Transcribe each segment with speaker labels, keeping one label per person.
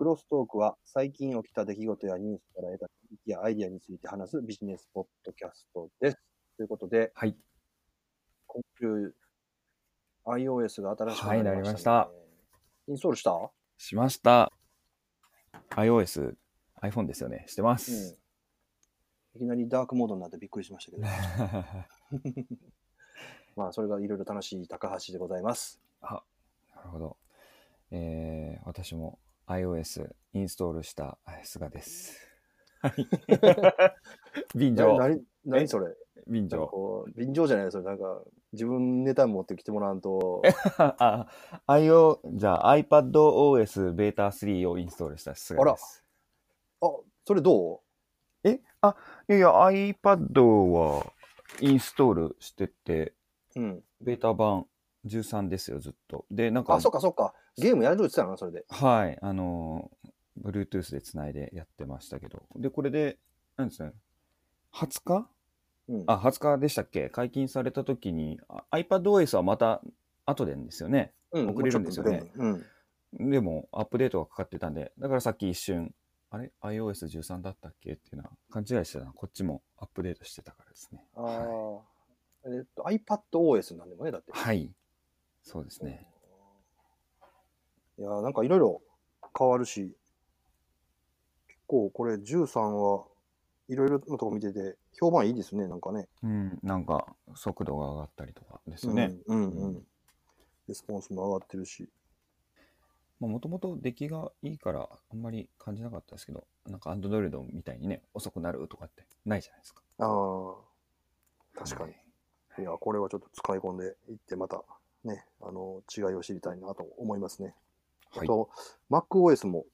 Speaker 1: ロストークは最近起きた出来事やニュースから得た気づきやアイディアについて話すビジネスポッドキャストです。ということで、
Speaker 2: はい。
Speaker 1: 今週 iOS が新しく
Speaker 2: はい
Speaker 1: なりました、
Speaker 2: なりました。
Speaker 1: インストールしたう
Speaker 2: しました。iOS、iPhone ですよね。してま
Speaker 1: ん。
Speaker 2: す。
Speaker 1: いきなりダークモードになってびっくりしましたけど、
Speaker 2: な
Speaker 1: まあそれがいろいろ楽しい高橋でございます。
Speaker 2: るほど。えー、私も iOS インストールしたえー菅です。はい。 便
Speaker 1: な
Speaker 2: 乗。
Speaker 1: 何何それ
Speaker 2: 便
Speaker 1: なんか
Speaker 2: 乗。
Speaker 1: こう便乗じゃないそれなんか自分ネタ持ってきてもらわん と
Speaker 2: あ、iO、じゃあ iPadOS ベータ3をインストールした菅です。
Speaker 1: あそれど
Speaker 2: え、あ、いやいや、iPad はインストールしてて、
Speaker 1: ううん
Speaker 2: ベータ版13ですよ、ずっと。で、なんか、
Speaker 1: あそっかそっかゲームやると言ってたなそれで
Speaker 2: はい、あのー、Bluetooth でつないでやってましたけど、で、これで、なんですかね、20日
Speaker 1: うん
Speaker 2: あ、20日でしたっけ解禁された時に、あ iPadOS はまた後でんですよね。
Speaker 1: うん
Speaker 2: 遅れるんですよね
Speaker 1: もうちょっとずれんうん
Speaker 2: でも、アップデートがかかってたんで、だからさっき一瞬、あれ ?iOS13 だったっけっていうのは勘違いしてたな。こっちもアップデートしてたからですね。
Speaker 1: あ
Speaker 2: はい。
Speaker 1: ーえっと iPadOS なんでもねだって
Speaker 2: はい。そうですね。
Speaker 1: いやーなんかいろいろ変わるし結構これ13はいろいろなとこ見てて評判いいですねなんかね
Speaker 2: うん、なんか、速度が上がったりとかですよね。
Speaker 1: うんうんうんレスポンスも上がってるし
Speaker 2: もともと出来がいいからあんまり感じなかったですけど、なんかアンドロイドみたいにね、遅くなるとかってないじゃないですか。
Speaker 1: ああ確かに
Speaker 2: はい
Speaker 1: いや、これはちょっと使い込んでいって、またね、あの、違いを知りたいなと思いますね。あ
Speaker 2: はい。
Speaker 1: と、MacOS も、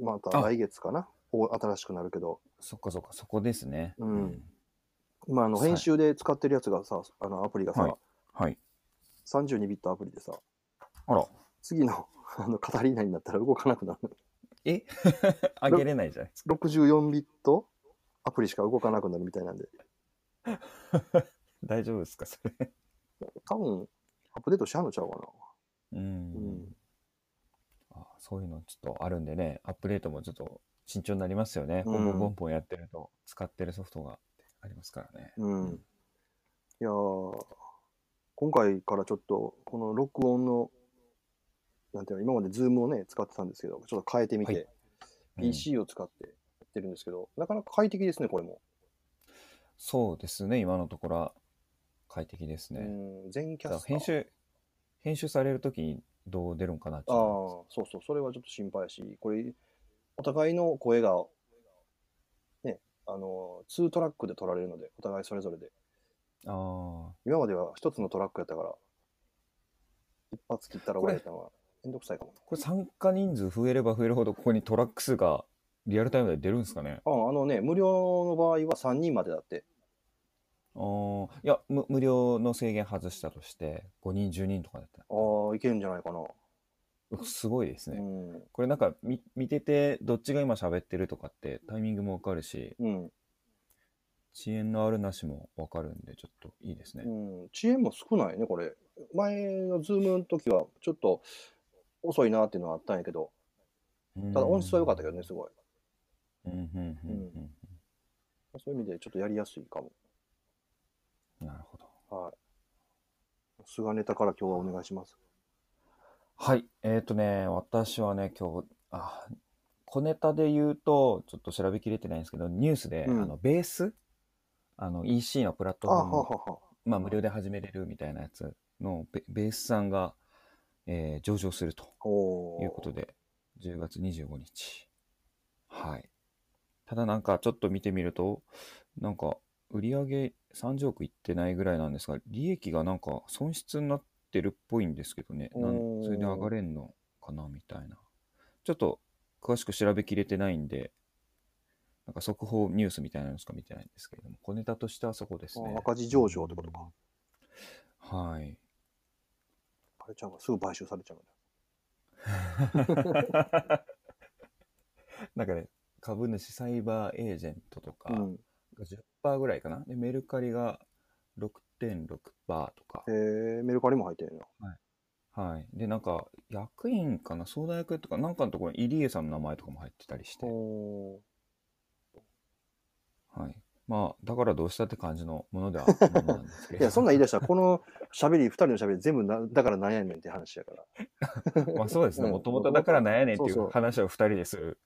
Speaker 1: また
Speaker 2: あ
Speaker 1: 来月かな、お新しくなるけど、
Speaker 2: そっかそっか、そこですね。
Speaker 1: うん今、あの、
Speaker 2: はい
Speaker 1: 編集で使ってるやつがさ、あの、アプリがさ、
Speaker 2: はいはい。
Speaker 1: 32ビットアプリでさ、
Speaker 2: あら、
Speaker 1: 次の、 あの、カタリーナになったら動かなくなる。
Speaker 2: えあげれないじゃないですか。
Speaker 1: 64ビットアプリしか動かなくなるみたいなんで、
Speaker 2: 大丈夫ですか、それ。
Speaker 1: 多分、アップデートしはんのちゃうかな。
Speaker 2: う
Speaker 1: うん
Speaker 2: ん。あそういうのちょっとあるんでね、アップデートもちょっと慎重になりますよね。
Speaker 1: うん
Speaker 2: ポンポンポンポンやってると、使ってるソフトがありますからね。
Speaker 1: うん。いやー今回からちょっと、この録音の、なんていうの、今まで Zoom をね、使ってたんですけど、ちょっと変えてみて、
Speaker 2: はい
Speaker 1: PC を使ってやってるんですけど、なかなか快適ですね、これも。
Speaker 2: そうですね、今のところは快適ですね。
Speaker 1: うん、全キ
Speaker 2: だ
Speaker 1: ャ
Speaker 2: から
Speaker 1: スター。
Speaker 2: 編集、編集されるときにどう出るんかなって
Speaker 1: ああ、そうそう、それはちょっと心配やし、これ、お互いの声が、ね、あの、2トラックで撮られるので、お互いそれぞれで。
Speaker 2: あー
Speaker 1: 今までは一つのトラックやったから、一発切ったら終わりやったのは、めんどくさいかも。
Speaker 2: これ参加人数増えれば増えるほど、ここにトラック数がリアルタイムで出るんですかね。
Speaker 1: ああのね、無料の場合は3人までだって。
Speaker 2: あーいや無、無料の制限外したとして、5人、10人とかだった
Speaker 1: ああ、いけるんじゃないかな。
Speaker 2: ら、すごいです
Speaker 1: う
Speaker 2: ね。
Speaker 1: ん。
Speaker 2: これなんか見見てて、どっちが今喋ってるとかってタイミングもわかるし、
Speaker 1: うん。
Speaker 2: 遅延のあるなしもわかるんで、ちょっといいですね。
Speaker 1: うん。遅延も少ないね、これ。前のズームの時は、ちょっと遅いなっていうのはあったんやけど、ただ音質は良かったけどね、すごい。
Speaker 2: うんうんうんうん
Speaker 1: そういう意味でちょっとやりやすいかも。
Speaker 2: うん。なるほど。
Speaker 1: 菅ネタから今日はお願いします。
Speaker 2: はい、えっ、とね、私はね、今日、あ、小ネタで言うと、ちょっと調べきれてないんですけど、ニュースで、
Speaker 1: うん
Speaker 2: あの、ベース、あの、EC のプラット
Speaker 1: あ
Speaker 2: フォ
Speaker 1: は
Speaker 2: ーム、
Speaker 1: はは。
Speaker 2: まあ、無料で始めれるみたいなやつのベ、ベースさんが、えー上場すると
Speaker 1: おお。
Speaker 2: いうことで、10月25日。はい。ただなんか、ちょっと見てみると、なんか、売り上げ30億いってないぐらいなんですが、利益がなんか損失になってるっぽいんですけどね。なん
Speaker 1: おー
Speaker 2: それで上がれんのかなみたいな。ちょっと詳しく調べきれてないんで、なんか速報ニュースみたいなのしか見てないんですけれども、小ネタとしてはそこですね
Speaker 1: あ。赤字上場ってことか。
Speaker 2: はい。
Speaker 1: あれちゃうか、すぐ買収されちゃうんだ。
Speaker 2: なんかね、株主サイバーエージェントとか、
Speaker 1: うん。
Speaker 2: 10%ぐらいかな。で、メルカリが6.6%とか
Speaker 1: え。ー、メルカリも入ってるな。
Speaker 2: はい。で、なんか、役員かな、相談役とか、なんかのところに入江さんの名前とかも入ってたりして、
Speaker 1: おー
Speaker 2: はい。まあ、だからどうしたって感じのものではあるものなんですけれど
Speaker 1: いや、そんなん言い出したら、この喋り、二人の喋り全部な、だからなんやねんって話やから。
Speaker 2: まあそうですね、
Speaker 1: うん
Speaker 2: もともとだからなんやねんってい
Speaker 1: そうそうう
Speaker 2: 話を2人でする。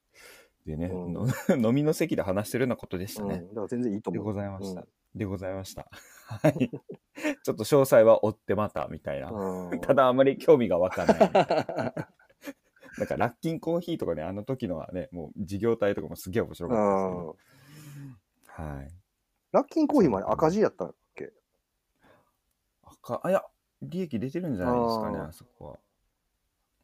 Speaker 2: でね、
Speaker 1: うん
Speaker 2: の 飲みの席で話してるようなことでした
Speaker 1: うん。だ
Speaker 2: ね。
Speaker 1: から全然いいと
Speaker 2: で
Speaker 1: 思う。
Speaker 2: ございました。
Speaker 1: うん
Speaker 2: でございました。 はい。ちょっと詳細は追ってまた、みたいな。
Speaker 1: うん
Speaker 2: ただあまり興味がわかんないみたいな。 なんか、ラッキンコーヒーとかね、あの時のはね、もう事業体とかもすげえ面白かったですけど。
Speaker 1: うん
Speaker 2: はい。
Speaker 1: ラッキンコーヒーもあれ赤字やったっけ
Speaker 2: 赤、あ、いや、利益出てるんじゃないですかね、
Speaker 1: あー
Speaker 2: あそこは。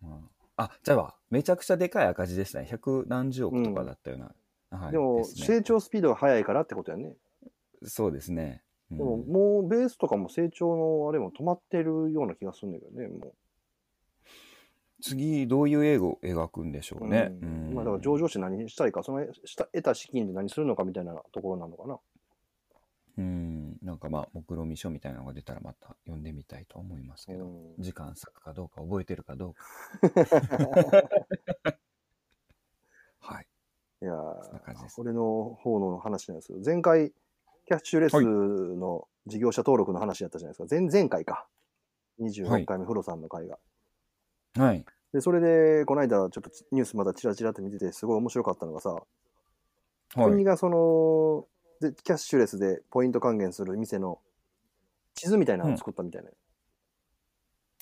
Speaker 2: うん、あ、じゃあわ、めちゃくちゃでかい赤字でしたね。百何十億とかだったような。はい、
Speaker 1: でも、
Speaker 2: すね
Speaker 1: 成長スピードが速いからってことやね。
Speaker 2: そうですね。うん
Speaker 1: でも、もうベースとかも成長のあれも止まってるような気がするんだけどね、も
Speaker 2: 次、どういう映画を描くんでしょ
Speaker 1: う。
Speaker 2: うね。
Speaker 1: う
Speaker 2: うん
Speaker 1: んまあ、だから上場して何したいか、そのした得た資金で何するのかみたいなところなのかな。
Speaker 2: うん、なんかまあ、目論見書みたいなのが出たらまた読んでみたいと思いますけど、
Speaker 1: うん
Speaker 2: 時間割くかどうか覚えてるかど うか。はい。
Speaker 1: いや
Speaker 2: そんな感じです
Speaker 1: これの方の話なんですけど、前回、キャッシュレスの事業者登録の話やったじゃないですか。前々回か。
Speaker 2: はい
Speaker 1: 26回目、フロさんの回が。
Speaker 2: はい。
Speaker 1: で、それで、この間、ちょっとニュースまだチラチラって見てて、すごい面白かったのがさ、
Speaker 2: は
Speaker 1: 国
Speaker 2: い。
Speaker 1: がそのでキャッシュレスでポイント還元する店の地図みたいなのを作ったみたいな、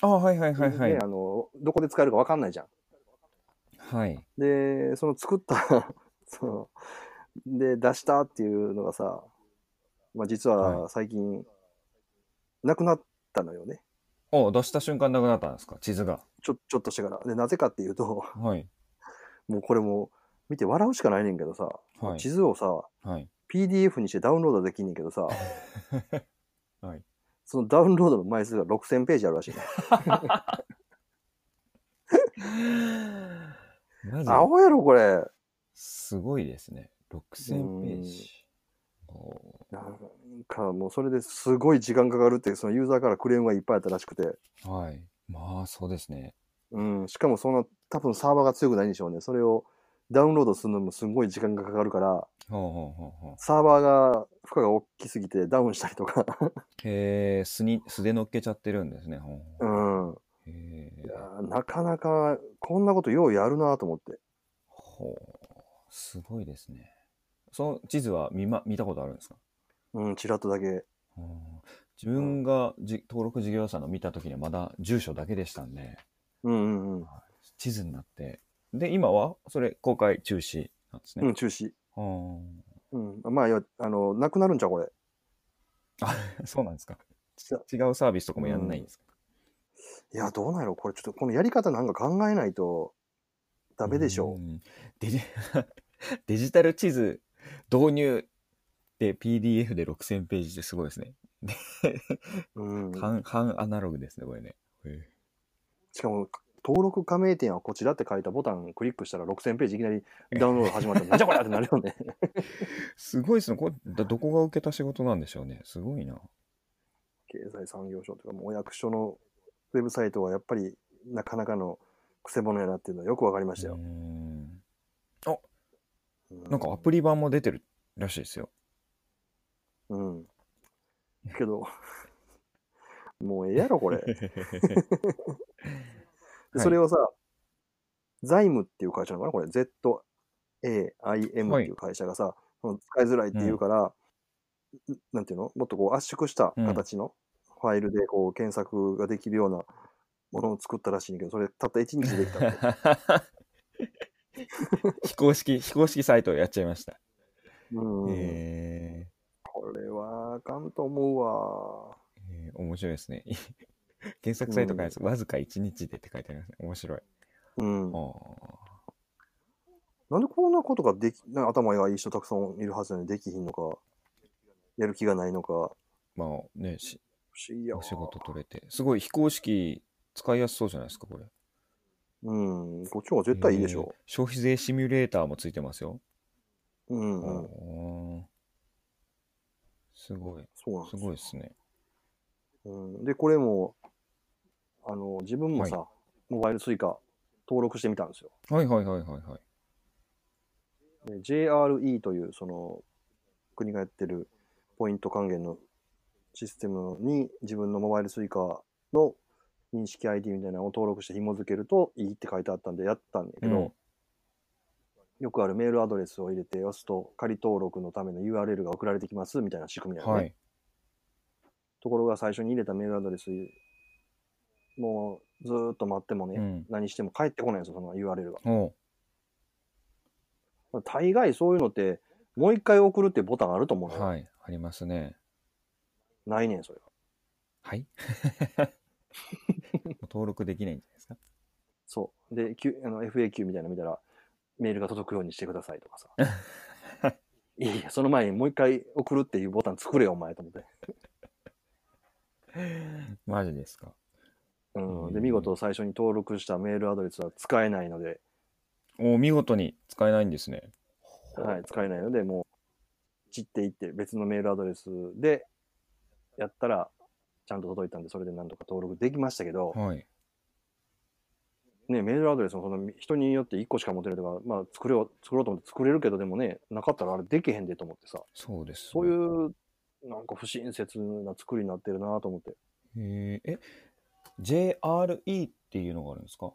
Speaker 2: あ、はいはいはいはい
Speaker 1: で。あのどこで使えるか分かんないじゃん
Speaker 2: はい。
Speaker 1: でその作った そので出したっていうのがさ、まあ、実は最近、なくなったのよね
Speaker 2: お、出した瞬間なくなったんですか、地図が。
Speaker 1: ちょちょっとしてからでなぜかっていうと
Speaker 2: はい。
Speaker 1: もうこれもう見て笑うしかないねんけどさ、
Speaker 2: はい。
Speaker 1: 地図をさ
Speaker 2: はい。
Speaker 1: PDF にしてダウンロードできんねんけどさ
Speaker 2: はい。
Speaker 1: そのダウンロードの枚数が6000ページあるらしいね
Speaker 2: マジ
Speaker 1: 青やろこれ
Speaker 2: すごいですね。6000ページ。お
Speaker 1: なんかもうそれですごい時間かかるってそのユーザーからクレームがいっぱいあったらしくて、
Speaker 2: ーはい。まあ、そうですね。
Speaker 1: うん、しかもそんな多分サーバーが強くないんでしょうねそれをダウンロードするのもすごい時間がかかるから
Speaker 2: ほうほうほうほう。
Speaker 1: サーバーが負荷が大きすぎてダウンしたりとか、
Speaker 2: へえ、素に、素で乗っけちゃってるんですね。ほう
Speaker 1: う
Speaker 2: ほう。
Speaker 1: ん、
Speaker 2: へえ
Speaker 1: いや。ーなかなかこんなことようやるなと思って
Speaker 2: ほう。すごいですね。その地図は見ま、見たことあるんですか
Speaker 1: うんちらっとだけ
Speaker 2: うん自分がじ登録事業者の見た時にはまだ住所だけでしたんで、
Speaker 1: うんうんうん、
Speaker 2: 地図になって。で、今はそれ公開中止なんです
Speaker 1: う
Speaker 2: ね
Speaker 1: ん、。中止、
Speaker 2: うん、
Speaker 1: うん、まあいやあのなくなるんちゃうこれ
Speaker 2: あ、 そうなんですか。
Speaker 1: ち
Speaker 2: 違うサービスとかもやんないんですか、
Speaker 1: いやどうなんやろこれちょっとこのやり方なんか考えないとダメでしょ
Speaker 2: うんデジ デジタル地図導入で PDF で6000ページってすごいですね。
Speaker 1: う、うん、
Speaker 2: 半半アナログですね、これね。へ
Speaker 1: しかも、登録加盟店はこちらって書いたボタンをクリックしたら6000ページいきなりダウンロード始まったら、なんじゃこりゃってなるよね。
Speaker 2: えすごいですね。これだどこが受けた仕事なんでしょうね。すごいな。
Speaker 1: 経済産業省とか、もうお役所のウェブサイトはやっぱりなかなかのくせ者やなっていうのはよくわかりました
Speaker 2: う
Speaker 1: よ。
Speaker 2: ん
Speaker 1: う
Speaker 2: なんかアプリ版も出てるらしい ですよ。
Speaker 1: うん。けど、もうええやろ、 これ。でそれをさ、財務っていう会社なのかなこれ、ZAIM っていう会社がさ、その使いづらいっていうから、んなんていうのもっとこう圧縮した形のファイルでこう検索ができるようなものを作ったらしいんだけど、それたった1日でできた って。
Speaker 2: 非公式、非公式サイトをやっちゃいました。
Speaker 1: うん
Speaker 2: え
Speaker 1: これはあかんと思うわ。
Speaker 2: ーえー面白いですね。 検索サイト開発、わずか1日でって書いてありますね。面白い。
Speaker 1: うん
Speaker 2: あ。
Speaker 1: なんでこんなことができ、な頭がいい人たくさんいるはずなのにできひんのか、やる気がないのか、不
Speaker 2: ーまあね、し
Speaker 1: 思議やわ
Speaker 2: お仕事取れて。すごい非公式使いやすそうじゃないですか、これ。
Speaker 1: うん、こっちの方が絶対いいでしょう。
Speaker 2: えー消費税シミュレーターもついてますよ。
Speaker 1: うんうん、
Speaker 2: おーすごい。
Speaker 1: そうなんですす
Speaker 2: ごいですね。
Speaker 1: うん、で、これも、あの、自分もさ、モバイルスイカ登録してみたんですよ。
Speaker 2: はいはいはいはいはい。
Speaker 1: で JRE という、その、国がやってるポイント還元のシステムに自分のモバイルスイカの認識 ID みたいなのを登録して紐付けるといいって書いてあったんでやったんだけど、
Speaker 2: うん
Speaker 1: よくあるメールアドレスを入れて押すと仮登録のための URL が送られてきますみたいな仕組みなのね、
Speaker 2: はい。
Speaker 1: ところが最初に入れたメールアドレスもうずーっと待ってもね、
Speaker 2: うん。
Speaker 1: 何しても返ってこないんですよその URL が
Speaker 2: おう
Speaker 1: 大概そういうのってもう一回送るっていうボタンあると思うのよ、
Speaker 2: はい。ありますね。
Speaker 1: ないねんそれが
Speaker 2: はい 登録できないんじゃないですか。
Speaker 1: そうで、Q、あの FAQ みたいなの見たらメールが届くようにしてくださいとかさ いやいやその前にもう一回送るっていうボタン作れよお前と思って
Speaker 2: マジですか。
Speaker 1: う、
Speaker 2: うんん
Speaker 1: で見事最初に登録したメールアドレスは使えないので、
Speaker 2: お見事に使えないんですね。
Speaker 1: はい、使えないのでもう散っていって別のメールアドレスでやったらちゃんと届いたんでそれでなんとか登録できましたけど、
Speaker 2: はい。
Speaker 1: ね、メールアドレスもその人によって1個しか持てないとか、まあ、作れよ作ろうと思って作れるけどでもねなかったらあれできへんでと思ってさ
Speaker 2: そうです、ね。
Speaker 1: そういうなんか不親切な作りになってるなと思って、
Speaker 2: へえ、え JRE っていうのがあるんですか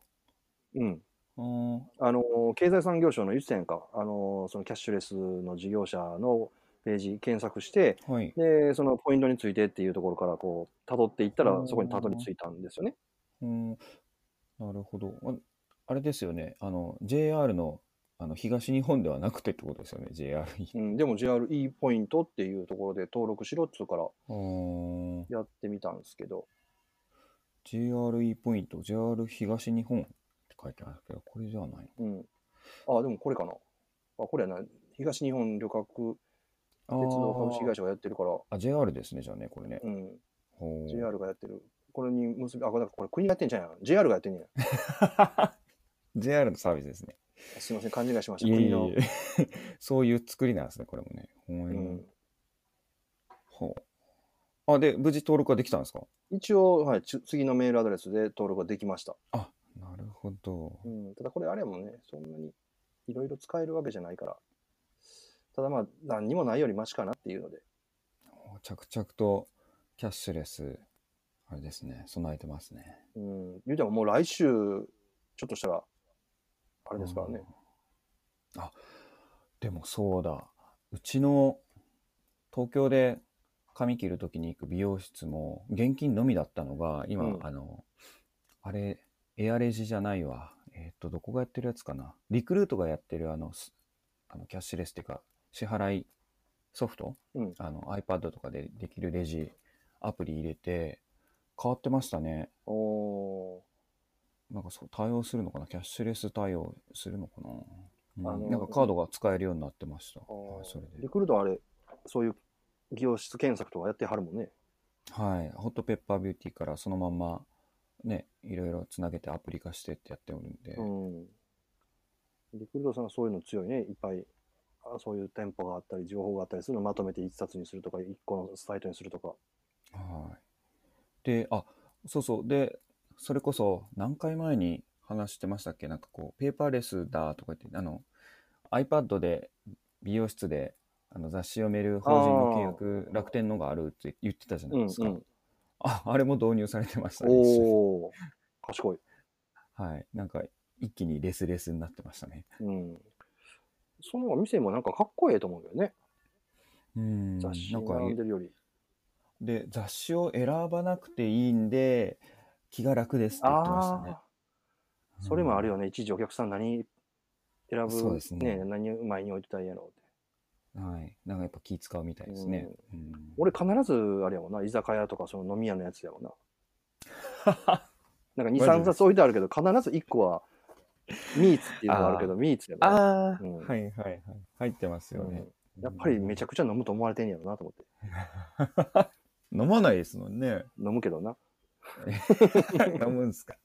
Speaker 1: うん、
Speaker 2: あー
Speaker 1: あの経済産業省の一線か、あのそのキャッシュレスの事業者のページ検索して
Speaker 2: はい。
Speaker 1: で、そのポイントについてっていうところからこう、辿っていったら
Speaker 2: う、ん
Speaker 1: そこに辿り着いたんですよね。
Speaker 2: うん、なるほど。ああれですよね。あの、JR のあの東日本ではなくてってことですよね、JRE。
Speaker 1: うん、でも JRE ポイントっていうところで登録しろっつうから
Speaker 2: あー
Speaker 1: やってみたんですけど、
Speaker 2: JRE ポイント、JR 東日本って書いてあるけど、これじゃないの
Speaker 1: うん。あ、でもこれかな。あ、これやな。東日本旅客
Speaker 2: あ
Speaker 1: 鉄道
Speaker 2: ー
Speaker 1: 株式会社がやってるから、
Speaker 2: あ、JR ですね、じゃあね、これね。
Speaker 1: うん、
Speaker 2: ほー
Speaker 1: JR がやってる。これに結び、あ、これなんかこれ国がやってんじゃんや。JR がやってんねん。
Speaker 2: JR のサービスですね。
Speaker 1: すいません、勘違いしました。
Speaker 2: いえ
Speaker 1: 国
Speaker 2: い
Speaker 1: の。
Speaker 2: え そういう作りなんですね、これもね。ほ
Speaker 1: う
Speaker 2: ー
Speaker 1: ん、
Speaker 2: ほうあ、で、無事登録はできたんですか
Speaker 1: 一応、はい、ち次のメールアドレスで登録ができました。
Speaker 2: あ、なるほど
Speaker 1: う。ん、ただこれあれもね、そんなにいろいろ使えるわけじゃないから、ただまあ、何にもないよりマシかなっていうので、
Speaker 2: 着々とキャッシュレス、あれですね、備えてますね。
Speaker 1: うん、言うてももう来週、ちょっとしたら、あれですからね、
Speaker 2: うん。あ、でもそうだ。うちの東京で髪切るときに行く美容室も現金のみだったのが、今、
Speaker 1: うん
Speaker 2: あの、あれ、エアレジじゃないわ。えーっと、どこがやってるやつかな。リクルートがやってるあの、すあのキャッシュレスっていうか、支払いソフト、
Speaker 1: うん
Speaker 2: あの iPad とかでできるレジ、アプリ入れて、変わってましたね。
Speaker 1: お
Speaker 2: なんかそう対応するのかなキャッシュレス対応するのかな、うん
Speaker 1: あの
Speaker 2: なんかカードが使えるようになってました。
Speaker 1: ーお
Speaker 2: はい、それ
Speaker 1: ー、
Speaker 2: で
Speaker 1: リ。クルートはあれ、そういう業室検索とかやってはるもんね。
Speaker 2: はい。ホットペッパービューティーからそのまんま、ね、いろいろつなげてアプリ化してってやっておるんで。
Speaker 1: うん、リクルートさんはそういうの強いね、いっぱい。あそういう店舗があったり、情報があったりするのをまとめて一冊にするとか、一個のサイトにするとか。
Speaker 2: はい。で、あ、そうそう。で、それこそ何回前に話してましたっけなんかこう、ペーパーレスだとか言って、あの、iPad で美容室であの雑誌読める法人の契約、楽天のがあるって言ってたじゃないですか。
Speaker 1: うん
Speaker 2: あ、あれも導入されてましたね。
Speaker 1: おお、賢い。
Speaker 2: はい。なんか、一気にレスレスになってましたね。
Speaker 1: うん。その店もなんかかっこええと思うんだよね。
Speaker 2: うん
Speaker 1: 雑誌
Speaker 2: な
Speaker 1: に
Speaker 2: んか、
Speaker 1: 並んでるより。
Speaker 2: で、雑誌を選ばなくていいんで、気が楽ですって言ってましたね
Speaker 1: あ。ーそれもある
Speaker 2: よ。
Speaker 1: よね。一時お客さん何選ぶ
Speaker 2: そうですね
Speaker 1: 何前に置いてたんやろうって。
Speaker 2: はい。なんかやっぱ気使うみたいですね。うん
Speaker 1: 俺必ずあれやもんな、居酒屋とかその飲み屋のやつや もんな。なんか
Speaker 2: マジ
Speaker 1: 2、3
Speaker 2: で
Speaker 1: 冊置いてあるけど、必ず1個はミーツっていうのがあるけど、ミーツやもんな
Speaker 2: ああ、
Speaker 1: うん
Speaker 2: はいはいはい。入ってますよね。
Speaker 1: うんやっぱりめち
Speaker 2: ゃ
Speaker 1: ゃくちゃ飲むと思われてんやろなと思って。
Speaker 2: 飲まないですも んね。
Speaker 1: 飲むけどな。
Speaker 2: 飲むんすか。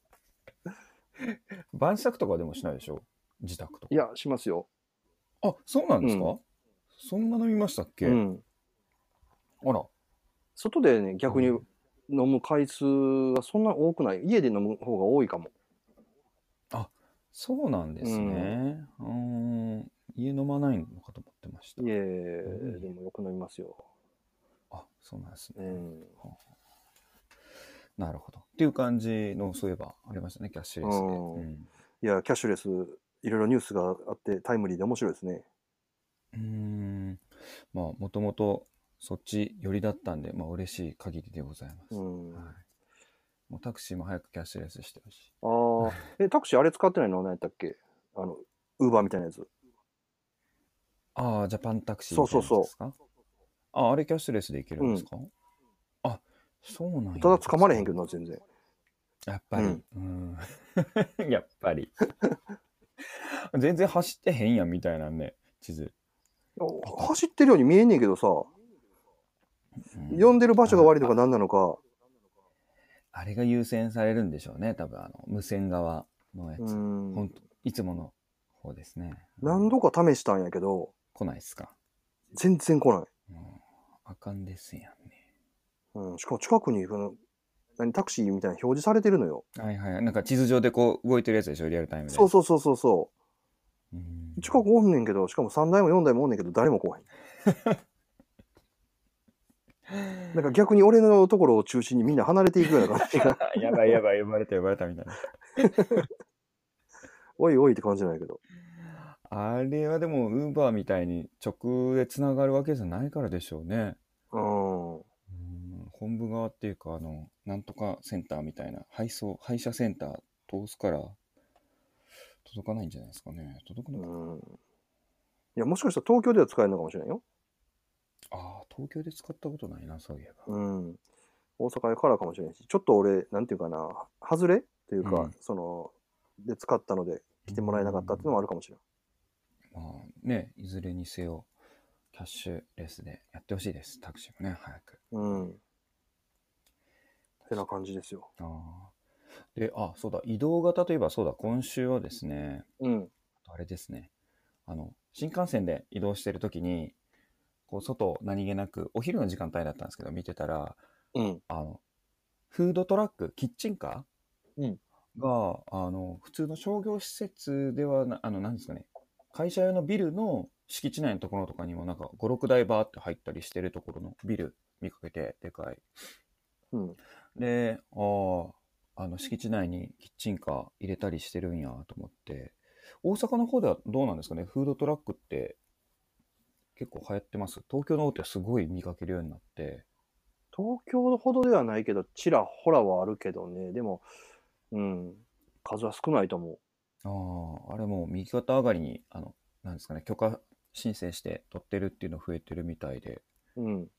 Speaker 2: 晩酌とかでもしないでしょ自宅とか
Speaker 1: い。や、しますよ。
Speaker 2: あ、そうなんですか、
Speaker 1: う
Speaker 2: そんな飲みましたっけ、
Speaker 1: うん。
Speaker 2: あら。
Speaker 1: 外でね、逆に
Speaker 2: うん
Speaker 1: 飲む回数はそんな多くない。家で飲む方が多いかも。
Speaker 2: そうなんですね。うーん、家飲まないのかと思ってました
Speaker 1: い。え、
Speaker 2: ん
Speaker 1: でもよく飲みますよ。
Speaker 2: あ、そうなんです
Speaker 1: う
Speaker 2: ね。
Speaker 1: ん。
Speaker 2: なるほど。っていう感じの、そういえばありましたね、キャッシュレスで。
Speaker 1: うん
Speaker 2: うん
Speaker 1: いや、キャッシュレス、いろいろニュースがあって、タイムリーで面白いですね。
Speaker 2: うーんまあもともとそっち寄りだったんでまあ嬉しい限りでございます、
Speaker 1: う
Speaker 2: はい、
Speaker 1: ん。
Speaker 2: もうタクシーも早くキャッシュレスしてほしい
Speaker 1: ああ、え、タクシーあれ使ってないの何やったっけあの、ウーバーみたいなやつ。
Speaker 2: ああジャパンタクシーみたいなやつ
Speaker 1: そうそうそう
Speaker 2: ですかああれキャッシュレスでいけるんですか、あそうなんや
Speaker 1: ただ捕まれへんけどな、全然。
Speaker 2: やっぱり、うん、 やっぱり全然走ってへんやんみたいなね地図、
Speaker 1: お走ってるように見えんねんけどさ、
Speaker 2: うん
Speaker 1: 呼んでる場所が悪いのか何なのか。
Speaker 2: あれが優先されるんでしょうね多分あの無線側のやつ、
Speaker 1: うん。
Speaker 2: ほんといつもの方ですね
Speaker 1: 何度か試したんやけど、
Speaker 2: 来ないっすか。
Speaker 1: 全然来ない。
Speaker 2: もうあかんですやんね。
Speaker 1: うん。しかも近くに、その、何、タクシーみたいな表示されてるのよ。
Speaker 2: はいはい。なんか地図上でこう動いてるやつでしょ、リアルタイムで。
Speaker 1: そうそうそうそうそうう。
Speaker 2: ん。
Speaker 1: 近くおんねんけど、しかも3台も4台もおんねんけど、誰も来へん。なんか逆に俺のところを中心にみんな離れていくような感じが、
Speaker 2: やばいやばい、呼ばれた呼ばれたみたいな。
Speaker 1: おいおいって感じなんやけど。
Speaker 2: あれはでも、ウーバーみたいに直でつながるわけじゃないからでしょうね。
Speaker 1: うん。
Speaker 2: うん本部側っていうか、あの、なんとかセンターみたいな、配送、配車センター通すから、届かないんじゃないですかね。届くのかな、
Speaker 1: うんいや、もしかしたら東京では使えるのかもしれないよ。
Speaker 2: ああ、東京で使ったことないな、そういえば。
Speaker 1: うん。大阪からかもしれないし、ちょっと俺、なんていうかな、外れっていうか、
Speaker 2: うん
Speaker 1: その、で使ったので来てもらえなかったっていうのもあるかもしれ
Speaker 2: まあね、いずれにせよ、キャッシュレスでやってほしいです。タクシーもね、早く。
Speaker 1: ない。うん。ってな感じですよ。
Speaker 2: あーで、あ、そうだ、移動型といえばそうだ、今週はですね、
Speaker 1: うん。
Speaker 2: あれですね、あの、新幹線で移動してるときに、こう、外を何気なく、お昼の時間帯だったんですけど、見てたら、
Speaker 1: うん。
Speaker 2: あの、フードトラック、キッチンカー
Speaker 1: うん
Speaker 2: が、あの、普通の商業施設ではな、あの、なんですかね、会社用のビルの敷地内のところとかにも、なんか5、6台バーって入ったりしてるところのビル見かけて、でかい。
Speaker 1: うん。
Speaker 2: で、あーあの、敷地内にキッチンカー入れたりしてるんやと思って、大阪の方ではどうなんですかね、フードトラックって結構流行ってます。東京の方ってすごい見かけるようになって、
Speaker 1: 東京ほどではないけど、ちらほらはあるけどね。でも、うん。数は少ないと思
Speaker 2: ああ、あれもう右肩上がりに、あの、なんですかね、許可申請して取ってるっていうの増えてるみたいで、
Speaker 1: う。うん。
Speaker 2: はい、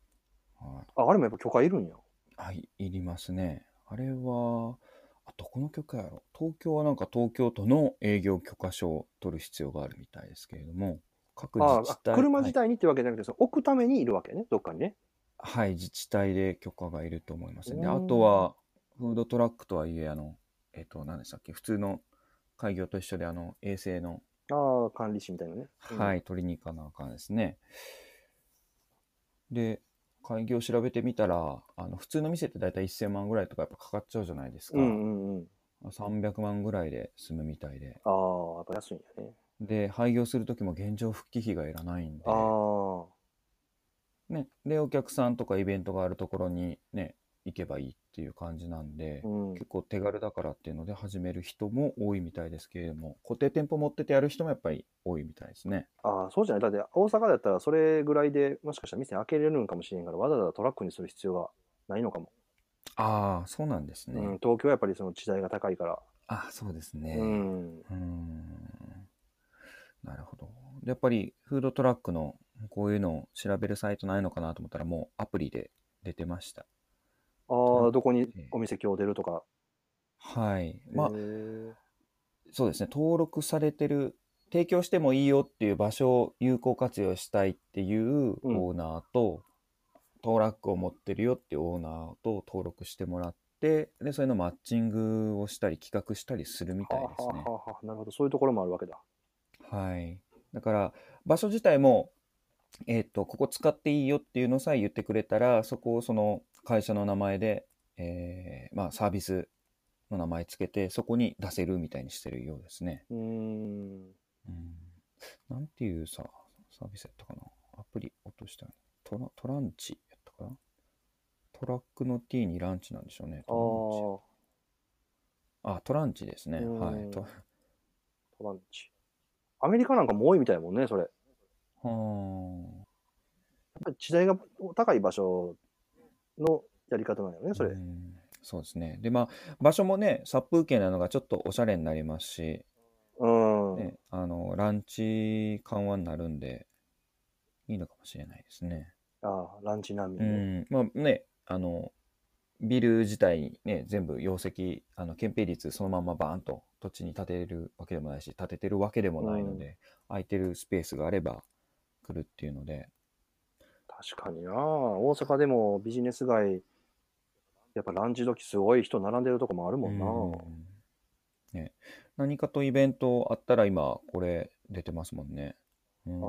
Speaker 1: あ、あれもやっぱ許可いるんや。
Speaker 2: あ、いいりますね。あれは、あ、どこの許可やろ東京はなんか東京都の営業許可証を取る必要があるみたいですけれども、各
Speaker 1: あ
Speaker 2: 自治体、
Speaker 1: あ、車
Speaker 2: はい
Speaker 1: 自体にってわけじゃなくて、その置くためにいるわけね、どっかにね。
Speaker 2: はい、自治体で許可がいると思いますね。で、
Speaker 1: う
Speaker 2: あ
Speaker 1: ん
Speaker 2: とは、フードトラックとはいえ、あの、えっと、何でしたっけ、普通の開業と一緒で、あの、衛生の、
Speaker 1: ああ、管理士みたいなね。
Speaker 2: はい、取りに行かなあかんですね。で、開業調べてみたら、あの、普通の店って大体1000万ぐらいとかやっぱかかっちゃうじゃないですか。
Speaker 1: うんうんうん。
Speaker 2: 300万ぐらいで済むみたいで。
Speaker 1: ああ、やっぱ安いんやね。
Speaker 2: で、廃業するときも現状復帰費がいらないんで。
Speaker 1: ああ、
Speaker 2: ね、でお客さんとかイベントがあるところにね行けばいいっていう感じなんで、
Speaker 1: うん。
Speaker 2: 結構手軽だからっていうので始める人も多いみたいですけれども固定店舗持っててやる人もやっぱり多いみたいですね
Speaker 1: ああ、そうじゃない。だって大阪だったらそれぐらいでもしかしたら店開けれるんかもしれんから、わざわざトラックにする必要がないのかも。
Speaker 2: ああそうなんですね、
Speaker 1: うん、東京はやっぱりその地代が高いから。
Speaker 2: ああそうですね
Speaker 1: う
Speaker 2: うん
Speaker 1: ん。
Speaker 2: ーんなるほどでやっぱりフードトラックのこういうのを調べるサイトないのかなと思ったらもうアプリで出てました
Speaker 1: ああ、どこにお店今日出るとか。
Speaker 2: はいまあ
Speaker 1: へー
Speaker 2: そうですね、登録されてる、提供してもいいよっていう場所を有効活用したいっていう
Speaker 1: うん
Speaker 2: オーナーと、トラックを持ってるよっていうオーナーと登録してもらって、で、そういうのマッチングをしたり、企画したりするみたい
Speaker 1: は
Speaker 2: で
Speaker 1: あ
Speaker 2: す
Speaker 1: は
Speaker 2: ね
Speaker 1: あ。はあはあなるほど。そういうところもあるわけだ。
Speaker 2: はい。だから、場所自体も、えっ、と、ここ使っていいよっていうのさえ言ってくれたら、そこをその会社の名前でえーまあ、サービスの名前つけて、そこに出せるみたいにしてるようですね。
Speaker 1: うーん。
Speaker 2: うんなんていうさ、サービスやったかなアプリ落としたよねトラ。トランチやったかなトラックの T にランチなんでしょうね。
Speaker 1: ああ、
Speaker 2: トランチあ、トランチですね。
Speaker 1: うん
Speaker 2: はい。と
Speaker 1: トランチ。アメリカなんかも多いみたいもんね、それ。やっ
Speaker 2: はーん
Speaker 1: ぱり地代が高い場所のやり方なんよね、それ。
Speaker 2: うんそうですね。で、まあ、場所もね、殺風景なのがちょっとおしゃれになりますし、
Speaker 1: うん。
Speaker 2: ね、あの、ランチ緩和になるんで、いいのかもしれないですね。
Speaker 1: ああ、ランチ難民
Speaker 2: う
Speaker 1: ね。
Speaker 2: ん、まあね、あの、ビル自体にね、全部容積、あの、憲兵率そのままバーンと土地に建てるわけでもないし、建ててるわけでもないので、空いてるスペースがあれば来るっていうので、
Speaker 1: 確かにな大阪でもビジネス街、やっぱランチ時すごい人並んでるとこもあるもんな、
Speaker 2: うんね、何かとイベントあったら今、これ出てますもんね。うん
Speaker 1: ああ、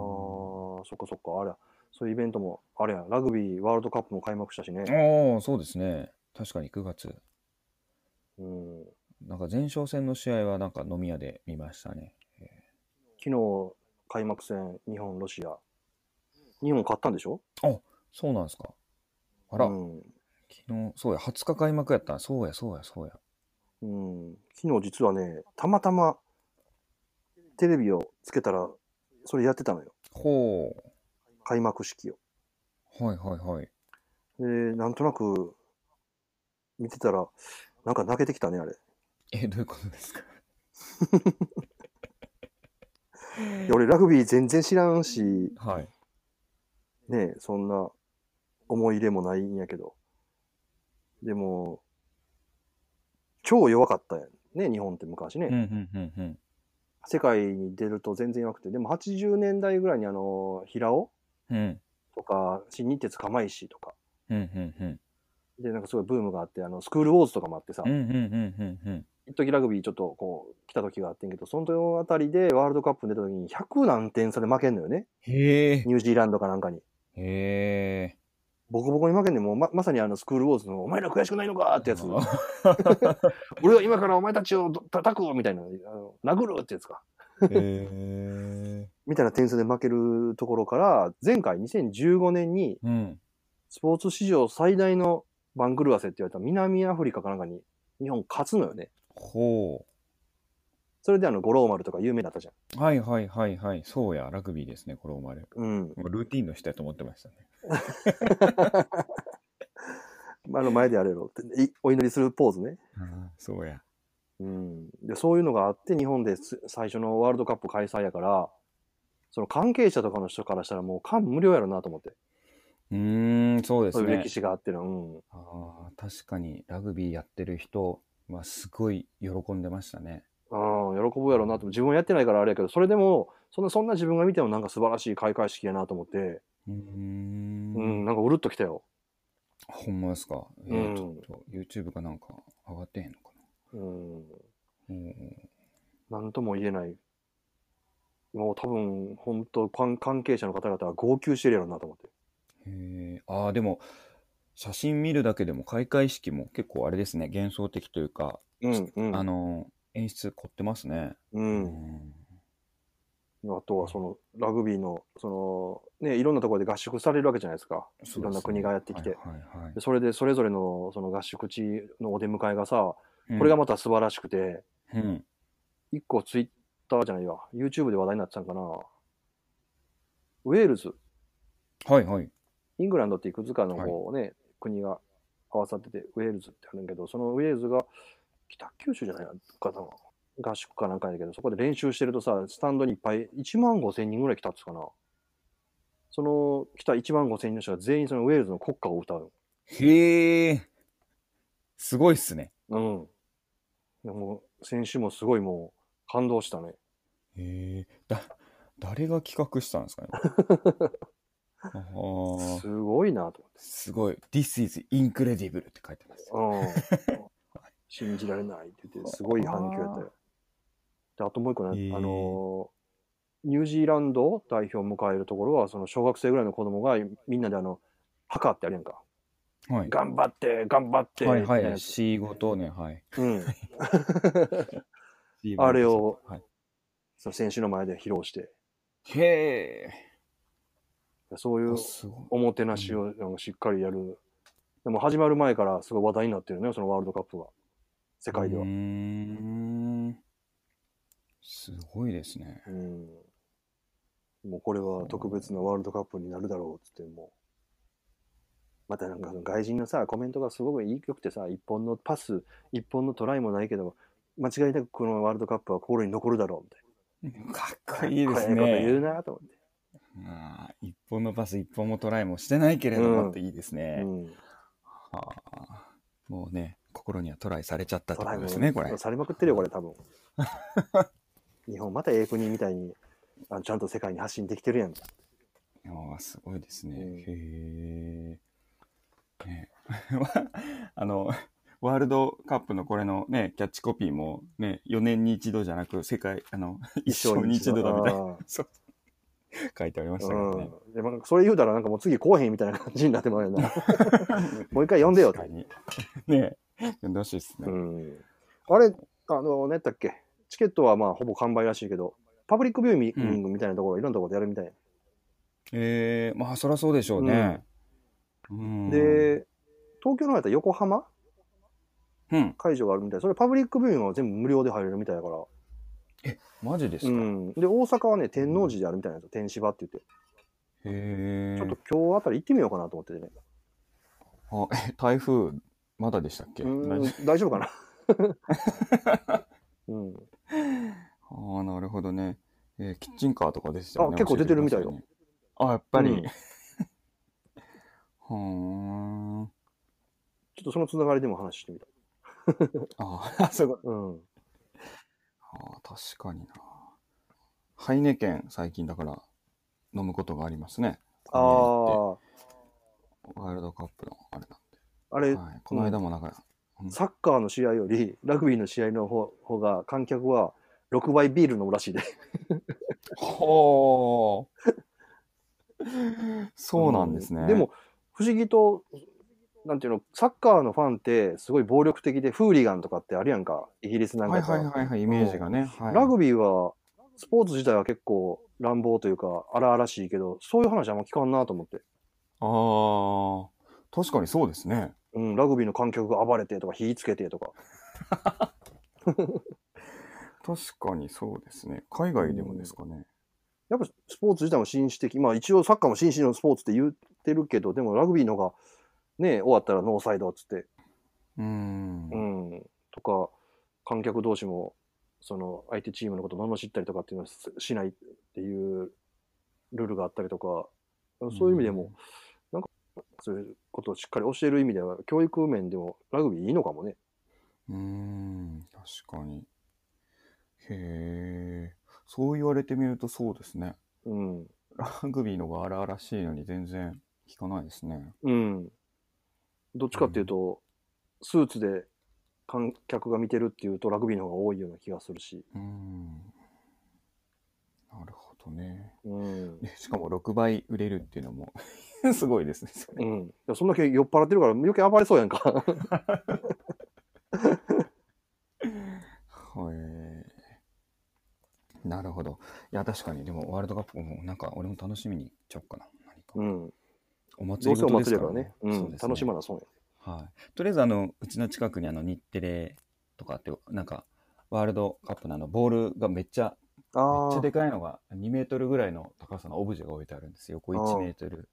Speaker 1: そっかそっか、あれや、そういうイベントも、あれや、ラグビーワールドカップも開幕したしね。
Speaker 2: ああ、そうですね。確かに9月。
Speaker 1: うん、
Speaker 2: なんか前哨戦の試合はなんか飲み屋で見ましたね。
Speaker 1: 昨日、開幕戦、日本、ロシア。日本勝ったんでしょ
Speaker 2: そうなんですか。あら、
Speaker 1: うん。
Speaker 2: 昨日、そうや、20日開幕やった。そうや、そうや、そうや。
Speaker 1: うん、昨日実はね、たまたまテレビをつけたら、それやってたのよ。
Speaker 2: ほ
Speaker 1: 開幕式を。
Speaker 2: う。はいはいはい。
Speaker 1: で、なんとなく見てたら、なんか泣けてきたね、あれ。
Speaker 2: え、どういうことで すか
Speaker 1: いや俺、ラグビー全然知らんし、
Speaker 2: はい。
Speaker 1: ねえ、そんな思い入れもないんやけど。でも、超弱かったやん。ね、日本って昔ね。
Speaker 2: うんうんうんうん。
Speaker 1: 世界に出ると全然弱くて。でも80年代ぐらいにあの、平尾
Speaker 2: うん
Speaker 1: とか、新日鉄釜石とか。
Speaker 2: うんうんうん。
Speaker 1: で、なんかすごいブームがあって、あの、スクールウォーズとかもあってさ
Speaker 2: うん、うんうんうんうん。
Speaker 1: 一時ラグビーちょっとこう、来た時があってんけど、そのあたりでワールドカップに出た時に100何点差で負けんのよね。
Speaker 2: へえ。
Speaker 1: ニュージーランドかなんかに。
Speaker 2: へえ。
Speaker 1: ボコボコに負けんでもうま、まさにあの、スクールウォーズの、お前ら悔しくないのかってやつ。
Speaker 2: あ
Speaker 1: 俺は今からお前たちをど叩くみたいな、あの殴るってやつか。
Speaker 2: へえ。
Speaker 1: みたいな点数で負けるところから、前回2015年に
Speaker 2: うん。
Speaker 1: スポーツ史上最大の番狂わせって言われた南アフリカかなんかに日本勝つのよね。
Speaker 2: ほ
Speaker 1: それであの五郎丸とか有名だったじゃ
Speaker 2: う。はいはいはいはい。そうや、ラグビーですね、これ生まれ。
Speaker 1: ん。うん。
Speaker 2: もうルーティンの人やと思ってましたね。
Speaker 1: あの前でやれろって、いお祈りするポーズね。
Speaker 2: ああ、そうや。
Speaker 1: うん。で、そういうのがあって日本です最初のワールドカップ開催やから、その関係者とかの人からしたらもう感無量やろなと思って。
Speaker 2: うーん、そうで
Speaker 1: そ
Speaker 2: す
Speaker 1: ういう
Speaker 2: ね
Speaker 1: 歴。史があっての。
Speaker 2: ああ、確かにラグビーやってる人はすごい喜んでましたね。
Speaker 1: うん。うん、喜ぶやろなと。自分はやってないからあれやけど、それでも、そんな、そんな自分が見てもなんか素晴らしい開会式やなと思って、
Speaker 2: うーん
Speaker 1: うん、なんかうるっときたよ。
Speaker 2: ほんまですか。え
Speaker 1: う
Speaker 2: ー、
Speaker 1: ん
Speaker 2: ちょっと YouTube かなんか上がってへんのか
Speaker 1: うん。
Speaker 2: な。
Speaker 1: なんとも言えない。もう多分、本当関関係者の方々は号泣してるやろなと思って。
Speaker 2: へえああ、でも写真見るだけでも開会式も結構あれですね、幻想的というか、
Speaker 1: うん、うん。
Speaker 2: あの演出凝ってますね。
Speaker 1: う。
Speaker 2: うん
Speaker 1: あとはそのラグビーのそのねいろんなところで合宿されるわけじゃないですかいろんな国がやってきて、
Speaker 2: そうですねはいはいはい
Speaker 1: でそれでそれぞれのその合宿地のお出迎えがさ
Speaker 2: うん
Speaker 1: これがまた素晴らしくて、
Speaker 2: うん
Speaker 1: 一個ツイッターじゃないわ YouTube で話題になってたんかなウェールズ
Speaker 2: はいはい。
Speaker 1: イングランドっていくつかのこうね、国が合わさっててウェールズってあるんやけどそのウェールズが北九州じゃないかな合宿かなんかやけどそこで練習してるとさスタンドにいっぱい1万5千人ぐらい来たっつうかなその来た1万5千人の人が全員そのウェールズの国歌を歌う
Speaker 2: へえすごいっすね。
Speaker 1: のうんでも選手もすごいもう感動したね
Speaker 2: へえだ誰が企画したん ですかね。ああ。
Speaker 1: すごいなと
Speaker 2: すごい。This is incredible って書いてます。
Speaker 1: 思って、うん、 信じられないって言ってすごい反響やったよであともう一個ね、
Speaker 2: へえ
Speaker 1: あのニュージーランド代表を迎えるところはその小学生ぐらいの子供がみんなであのパカってあるやんか
Speaker 2: はい。
Speaker 1: 頑張って、頑張って、
Speaker 2: はいは。
Speaker 1: みたいないやつ
Speaker 2: 仕事ね、はい。
Speaker 1: うん。
Speaker 2: Steve
Speaker 1: あれを
Speaker 2: Microsoft はい、
Speaker 1: その選手の前で披露して、
Speaker 2: へ
Speaker 1: そうい
Speaker 2: え。
Speaker 1: う
Speaker 2: すごい。
Speaker 1: おもてなしをなんかしっかりやる。でも始まる前からすごい話題になってるね、そのワールドカップが。世界では
Speaker 2: うー。ん。すごいですね。
Speaker 1: うん。もうこれは特別なワールドカップになるだろうっつって、もう。またなんかその外人のさ、コメントがすごく良くてさ、一本のパス、一本のトライもないけど、間違いなくこのワールドカップは心に残るだろうみたいな。
Speaker 2: かっ こいいです
Speaker 1: かっこええこと言う
Speaker 2: ね。
Speaker 1: なと思って。
Speaker 2: あー一本のパス、一本もトライもしてないけれど
Speaker 1: うん
Speaker 2: もっていいですね。
Speaker 1: うん。
Speaker 2: はあもうね、心にはトライされちゃったって
Speaker 1: ト
Speaker 2: こ
Speaker 1: ライ
Speaker 2: と
Speaker 1: も
Speaker 2: ですね、これ。
Speaker 1: されまくってるよ、これ、多分日本、また英国みたいにあの、ちゃんと世界に発信できてるやん。
Speaker 2: ああ、すごいですね。
Speaker 1: うん
Speaker 2: へえ。ね、 あの、ワールドカップのこれのね、キャッチコピーもね、4年に一度じゃなく、世界、あの、一生に一度だみたいな
Speaker 1: な。
Speaker 2: 書いてありましたけどね。
Speaker 1: うん。でまあそれ言うたら、なんかもう次来おへんみたいな感じになってもらうよな。もう一回読んで よと
Speaker 2: 確かに。ね、読んでほしいです
Speaker 1: う
Speaker 2: ね。
Speaker 1: ん。あれ、あの、ねだっけ、チケットはまあ、ほぼ完売らしいけど、パブリックビューミングみたいなところ、いろんなところでやるみたい。
Speaker 2: ええまあ、そらそうでしょうね。うん、
Speaker 1: で、東京の方やったら横浜
Speaker 2: うん、
Speaker 1: 会場があるみたい。それパブリックビューミングは全部無料で入れるみたいだから。
Speaker 2: マジです
Speaker 1: う
Speaker 2: か。
Speaker 1: ん。で、大阪はね、天王寺であるみたいなんですよ。天芝って言って。
Speaker 2: へえ
Speaker 1: ちょっと今日あたり行ってみようかなと思っててね。
Speaker 2: あえ台風、まだでしたっけ
Speaker 1: う
Speaker 2: 大丈
Speaker 1: ーん大丈夫かな うん。
Speaker 2: 夫ああ、なるほどね。えーキッチンカーとかです
Speaker 1: あ結構出てるみたいよ。
Speaker 2: 教えくださねあ、やっぱり。
Speaker 1: うん
Speaker 2: はーん。
Speaker 1: ちょっとそのつながりでも話してみた。
Speaker 2: あ ーそういうこ
Speaker 1: うん。
Speaker 2: とあー、確かにな。ハイネケン、最近だから、飲むことがありますね。
Speaker 1: あ
Speaker 2: あ。
Speaker 1: あ、
Speaker 2: ワールドカップのあれなん
Speaker 1: あ
Speaker 2: で。
Speaker 1: れ、
Speaker 2: はい、この間もだから、
Speaker 1: サッカーの試合よりラグビーの試合の方方が観客は6倍ビール飲むらしいで。
Speaker 2: ほー。そうなんですね。
Speaker 1: でも、不思議と、なんていうの、サッカーのファンってすごい暴力的で、フーリガンとかってあるやんか、イギリスなんか
Speaker 2: はい
Speaker 1: さ
Speaker 2: はいはいはい、イメージがね。はい、
Speaker 1: ラグビーは、スポーツ自体は結構乱暴というか荒々しいけど、そういう話あんま聞かんなと思って。
Speaker 2: ああ、確かにそうですね。
Speaker 1: うん、ラグビーの観客が暴れてとか火つけてとか。
Speaker 2: 確かにそうですね。海外でもですかね。
Speaker 1: やっぱスポーツ自体も紳士的。まあ一応サッカーも紳士のスポーツって言ってるけど、でもラグビーのがね、終わったらノーサイドっつって、
Speaker 2: うーん。
Speaker 1: う
Speaker 2: うん
Speaker 1: ん、とか、観客同士も、その相手チームのこと罵ったりとかっていうのはししないっていうルールがあったりとか、そういう意味でも、。そういうことをしっかり教える意味では、教育面でもラグビーいいのかもね。
Speaker 2: うーん、確かに。へえ。そう言われてみるとそうですね。
Speaker 1: うん。
Speaker 2: ラグビーのが荒々しいのに全然聞かないですね。
Speaker 1: うん。どっちかっていうと、スーツで観客が見てるっていうとラグビーの方が多いような気がするし。
Speaker 2: うーん。なるほどね。
Speaker 1: うん。
Speaker 2: でしかも6倍売れるっていうのも すごいですね。それ
Speaker 1: うん。いやそんだけ酔っ払ってるから余計暴れそうやんか。
Speaker 2: はい。なるほど。いや、確かに、でも、ワールドカップも、なんか、俺も楽しみに行っちゃおうかな。何か
Speaker 1: うん。
Speaker 2: お祭
Speaker 1: どう
Speaker 2: り
Speaker 1: せお
Speaker 2: 事です
Speaker 1: 祭り
Speaker 2: か
Speaker 1: やかららね
Speaker 2: ね。。
Speaker 1: う
Speaker 2: そ
Speaker 1: ん。
Speaker 2: うですね
Speaker 1: 楽しまなそうやん。
Speaker 2: はい。とりあえず、あの、うちの近くに、あの、日テレとかって、なんか、ワールドカップのあの、ボールがめっちゃ、めっち
Speaker 1: あ
Speaker 2: ゃ
Speaker 1: あ。
Speaker 2: でかいのが、2メートルぐらいの高さのオブジェが置いてあるんですよ。横
Speaker 1: あー
Speaker 2: 1メートル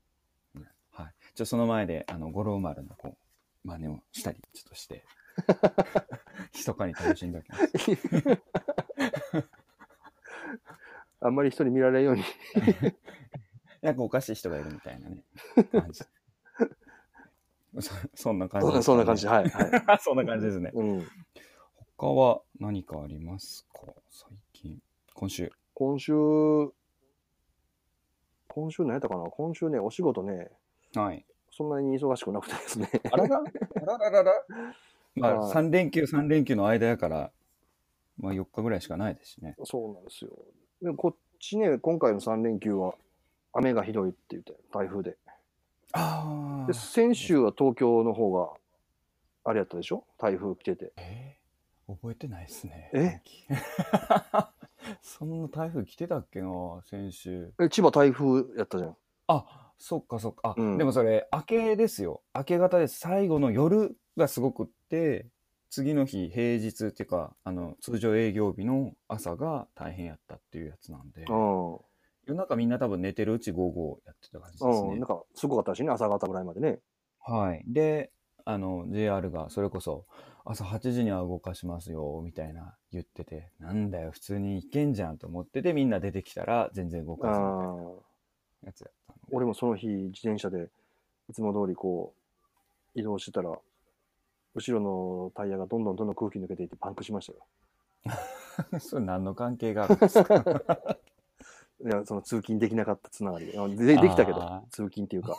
Speaker 2: ぐらい。はい。ちょっとその前で、あの、五郎丸の、こう、真似をしたり、ちょっ として、密かに楽しんでおきます。
Speaker 1: あんまり人に見られんように。
Speaker 2: なんかおかしい人がいるみたいなね。感じそそんな感 じ、
Speaker 1: そんな感じ。
Speaker 2: で
Speaker 1: はい。はい。
Speaker 2: すかね。 そんな感じですね。
Speaker 1: うん。
Speaker 2: 他は何かありますか最近。今週。
Speaker 1: 今週、今週何やったかな今週ね、お仕事ね、
Speaker 2: はい。
Speaker 1: そんなに忙しくなくてですね。
Speaker 2: あららあらららら。ま
Speaker 1: は
Speaker 2: あ、
Speaker 1: い
Speaker 2: 3連休、3連休の間やから、まあ4日ぐらいしかないですしね。
Speaker 1: そうなんですよ。でこっちね、今回の3連休は雨がひどいって言って、台風で。
Speaker 2: あ
Speaker 1: で、先週は東京の方が、あれやったでしょ台風来てて。
Speaker 2: えー覚えてないですね。
Speaker 1: え
Speaker 2: 天気 そんな台風来てたっけな、先週。
Speaker 1: え、千葉台風やったじゃん。
Speaker 2: あ、そっかそっか。あ、
Speaker 1: うん
Speaker 2: でもそれ、明けですよ。明け方です。最後の夜がすごくって、次の日、平日っていうか、あの、通常営業日の朝が大変やったっていうやつなん
Speaker 1: う
Speaker 2: で、
Speaker 1: ん。
Speaker 2: 夜中みんな多分寝てるうち午後やってた感じです
Speaker 1: うん、
Speaker 2: ね
Speaker 1: なん。か、すごかったしね、朝方ぐらいまでね。
Speaker 2: はい。で、あの、JR がそれこそ朝8時には動かしますよ、みたいな言ってて、なんだよ、普通に行けんじゃんと思ってて、みんな出てきたら全然動
Speaker 1: あ
Speaker 2: かずみたいな
Speaker 1: ー
Speaker 2: やつ やったので
Speaker 1: 俺もその日、自転車で、いつも通りこう、移動してたら、後ろのタイヤがどんどんどんどん空気抜けていってパンクしましたよ。
Speaker 2: それ何の関係があるんで すか
Speaker 1: いや、その通勤できなかったつながりで。あでできたけ
Speaker 2: あ
Speaker 1: ど、通勤っていうか。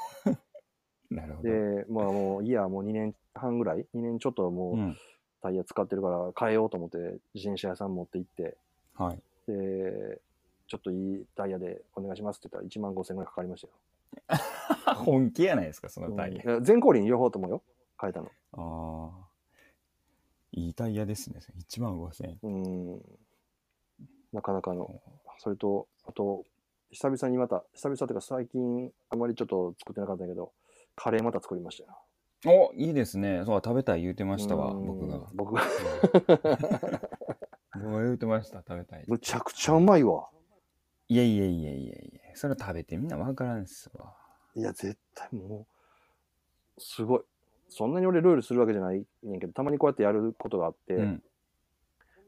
Speaker 2: なるほど。
Speaker 1: で、まあもう、いや、もう2年半ぐらい ?2 年ちょっと
Speaker 2: う。
Speaker 1: もうんタイヤ使ってるから変えようと思って、自転車屋さん持って行って、
Speaker 2: はい。
Speaker 1: で、ちょっといいタイヤでお願いしますって言ったら1万5千円ぐらいかかりましたよ。
Speaker 2: 本気やないですか、そのタイヤ。
Speaker 1: うんいや全後輪両方ともよ、変えたの。
Speaker 2: ああ。いいタイヤですね。1万5000円。
Speaker 1: うん。なかなかの。それと、あと、久々にまた、久々というか最近あまりちょっと作ってなかったけど、カレーまた作りましたよ。
Speaker 2: お、いいですね。そう、食べたい言うてましたわ、
Speaker 1: うん
Speaker 2: 僕が。
Speaker 1: 僕が。
Speaker 2: 僕が言うてました、食べたい。
Speaker 1: むちゃくちゃうまいわ。
Speaker 2: いやいやいやいやいや、それ食べてみんなわからんっすわ。
Speaker 1: いや、絶対もう、すごい。そんなに俺ルールするわけじゃないねんけど、たまにこうやってやることがあって、
Speaker 2: うん。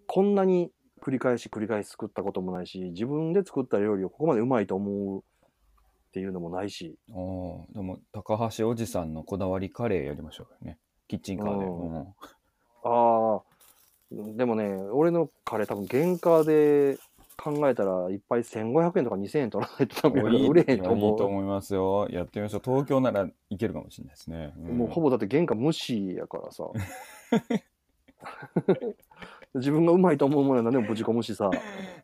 Speaker 1: こんなに繰り返し繰り返し作ったこともないし、自分で作った料理をここまでうまいと思うっていうのもないし、
Speaker 2: おーでも、高橋おじさんのこだわりカレーやりましょうよね。キッチンカーで。
Speaker 1: うん
Speaker 2: うん
Speaker 1: ああ、でもね、俺のカレー多分原価で考えたらいっぱい1500円とか2000円取らないと多分
Speaker 2: おいい
Speaker 1: 売れへんと
Speaker 2: い
Speaker 1: 思。
Speaker 2: いうと思いますよ。やってみましょう。東京ならいけるかもしれないですね。ん
Speaker 1: もうほぼだって原価無視やからさ。 自分がうまいと思うものは何でもぶち込むしさ。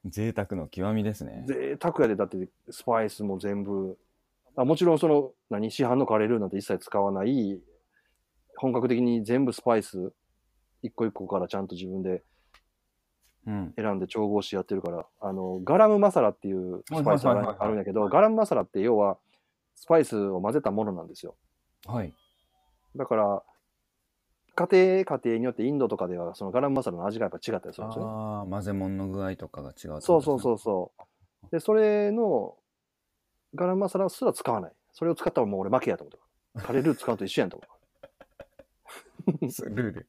Speaker 2: 贅沢の極みですね。
Speaker 1: 贅沢やで、だってスパイスも全部。あもちろんその、何、市販のカレールーなんて一切使わない、本格的に全部スパイス、一個一個からちゃんと自分で
Speaker 2: うん。
Speaker 1: 選んで調合してやってるから、あの、ガラムマサラっていうスパイス
Speaker 2: はいはいはい
Speaker 1: が
Speaker 2: はい
Speaker 1: あるんだけど、ガラムマサラって要は、スパイスを混ぜたものなんですよ。
Speaker 2: はい。
Speaker 1: だから、家庭、家庭によってインドとかでは、そのガラムマサラの味がやっぱ違ったりするんですよね。
Speaker 2: ああ、混ぜ物の具合とかが違う、。
Speaker 1: そうそうそううそう。で、それの、ガラムマサラすら使わない。それを使ったらもう俺負けやと思った。カレールー使うと一緒やんと思っ
Speaker 2: ルール。
Speaker 1: た。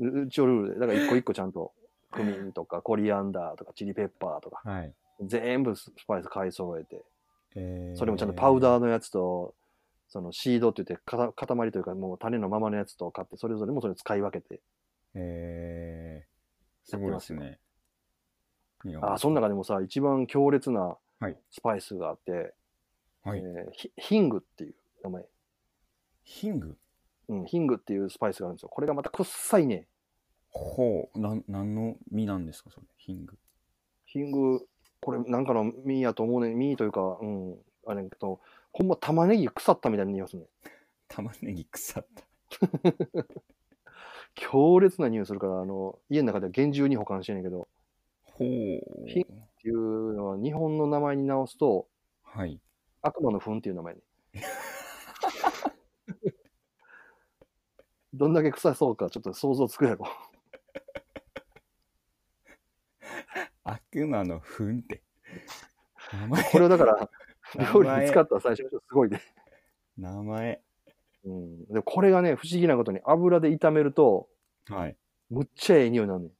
Speaker 1: ううちをルールで。だから一個一個ちゃんと、クミンとかコリアンダーとかチリペッパーとか、
Speaker 2: はい。
Speaker 1: 全部スパイス買い揃えて、
Speaker 2: えー
Speaker 1: それもちゃんとパウダーのやつと、そのシードって言って、かた塊というかもう種のままのやつと買って、それぞれもそれを使い分けて。
Speaker 2: えー、すごいですね。いや
Speaker 1: あー、その中でもさ、一番強烈な
Speaker 2: はい
Speaker 1: スパイスがあって、
Speaker 2: はい
Speaker 1: え。ーヒヒングっていう名前。
Speaker 2: ヒング
Speaker 1: うん、ヒングっていうスパイスがあるんですよ。これがまたくっさいね。
Speaker 2: ほう、なん、なんの実なんですか、それ。ヒング。
Speaker 1: ヒング、これなんかの実やと思うね。実というか、うん、あれやけど、ほんま玉ねぎ腐ったみたいな匂いするね。
Speaker 2: 玉ねぎ腐った。
Speaker 1: 強烈な匂いするから、あの、家の中では厳重に保管してんねんけど、
Speaker 2: ほう。
Speaker 1: ヒンっていうのは日本の名前に直すと、
Speaker 2: はい。
Speaker 1: 悪魔の糞っていう名前ね。 どんだけ臭そうか、ちょっと想像つく やろ。
Speaker 2: 悪魔の糞 って。名前、
Speaker 1: これをだから、
Speaker 2: 名
Speaker 1: 料
Speaker 2: 前
Speaker 1: 理に使ったら最初の人すごいね。
Speaker 2: 名前。
Speaker 1: うん。でもこれがね、不思議なことに油で炒めると、
Speaker 2: はい。
Speaker 1: むっちゃええ匂いなんねん。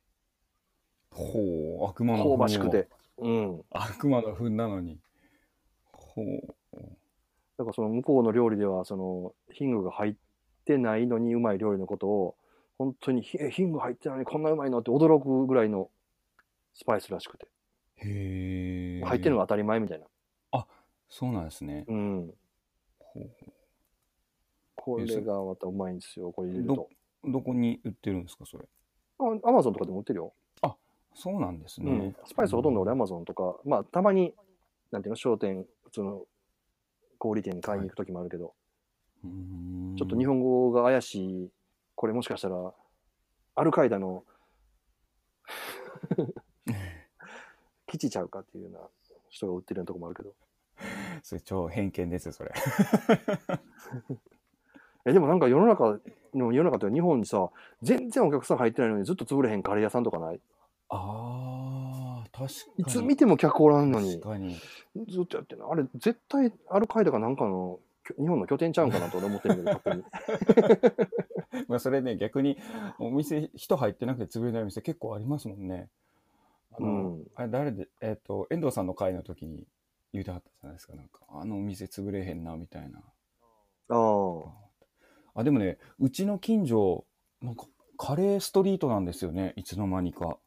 Speaker 2: ほう、悪魔の糞。
Speaker 1: 香ばしくて。。うん。
Speaker 2: 悪魔の糞なのに。ほう。
Speaker 1: だからその向こうの料理では、その、ヒングが入ってないのにうまい料理のことを、本当に、ひえヒング入ってないのにこんなうまいのって驚くぐらいのスパイスらしくて。
Speaker 2: へえ。
Speaker 1: 入ってるのが当たり前みたいな。
Speaker 2: そうなんですね。
Speaker 1: うん。
Speaker 2: ほう
Speaker 1: これがまたうまいんですよ、これ入れると
Speaker 2: ど。どこに売ってるんですか、それ。
Speaker 1: あアマゾンとかでも売ってるよ。
Speaker 2: そうなんです
Speaker 1: う
Speaker 2: ね。
Speaker 1: ん。スパイスほとんど俺ア
Speaker 2: も。
Speaker 1: マゾンとか、まあたまに、なんていうの、商店、普通の小売店に買いに行くときもあるけど、ちょっと日本語が怪しい、これもしかしたら、アルカイダ の基地ちゃうかっていうような人が売ってるようなとこもあるけど。
Speaker 2: それ超偏見ですよ、それ。
Speaker 1: えでもなんか世の中の世の中というか日本にさ全然お客さん入ってないのにずっと潰れへんカレー屋さんとかない
Speaker 2: ああ、確か
Speaker 1: い
Speaker 2: に。
Speaker 1: つ見ても客おらんのに
Speaker 2: 確かに。
Speaker 1: ずっとやってるあれ絶対アルカイダかなんかのきょ日本の拠点ちゃうんかなと俺思ってる けど勝手に
Speaker 2: まあそれね、逆に、お店、人入ってなくて潰れない店結構ありますもんね。あの、
Speaker 1: うん
Speaker 2: あれ誰で、えっ、と、遠藤さんの会の時に言うてはったじゃないですか、なんか、あのお店潰れへんな、みたいな。
Speaker 1: ああ
Speaker 2: あ、でもね、うちの近所、なんか、カレーストリートなんですよね、いつの間にか。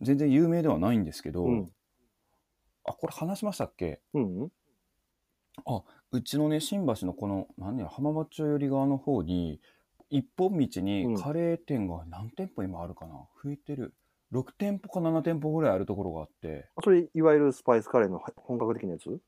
Speaker 2: 全然有名ではないんですけど、
Speaker 1: うん
Speaker 2: あ、これ話しましたっけ
Speaker 1: うん
Speaker 2: うちのね、新橋のこの、何や、浜松町寄り側の方に、一本道
Speaker 1: うん
Speaker 2: にカレー店が何店舗今あるかな、増えてる。6店舗か7店舗ぐらいあるところがあって、
Speaker 1: それいわゆるスパイスカレーの本格的なやつ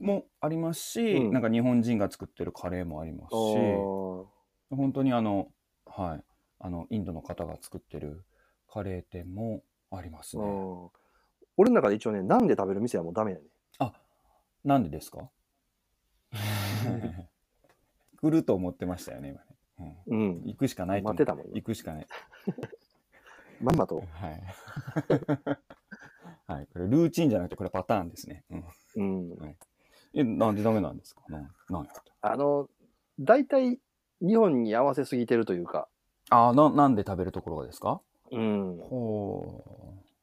Speaker 2: もありますし、
Speaker 1: うん
Speaker 2: なんか日本人が作ってるカレーもあります
Speaker 1: あ
Speaker 2: し、
Speaker 1: ー
Speaker 2: 本当にあの、はい、あの、インドの方が作ってるカレー店もあります
Speaker 1: あ
Speaker 2: ね。
Speaker 1: ー俺の中で一応ねなんで食べる店はもうダメやね
Speaker 2: あ、なんでですか 来ると思ってましたよね、今ね。
Speaker 1: うん
Speaker 2: うん、行くしかないと思
Speaker 1: 待ってたもん今
Speaker 2: 行くしかない。
Speaker 1: まんまと
Speaker 2: はい。はい。これ、ルーチンじゃなくて、これパターンですね。うん。
Speaker 1: うん
Speaker 2: え、なんでダメなんですかなん、なんやと
Speaker 1: あの大体日本に合わせすぎてるというか
Speaker 2: あーな、なんで食べるところがですか
Speaker 1: うん
Speaker 2: ほ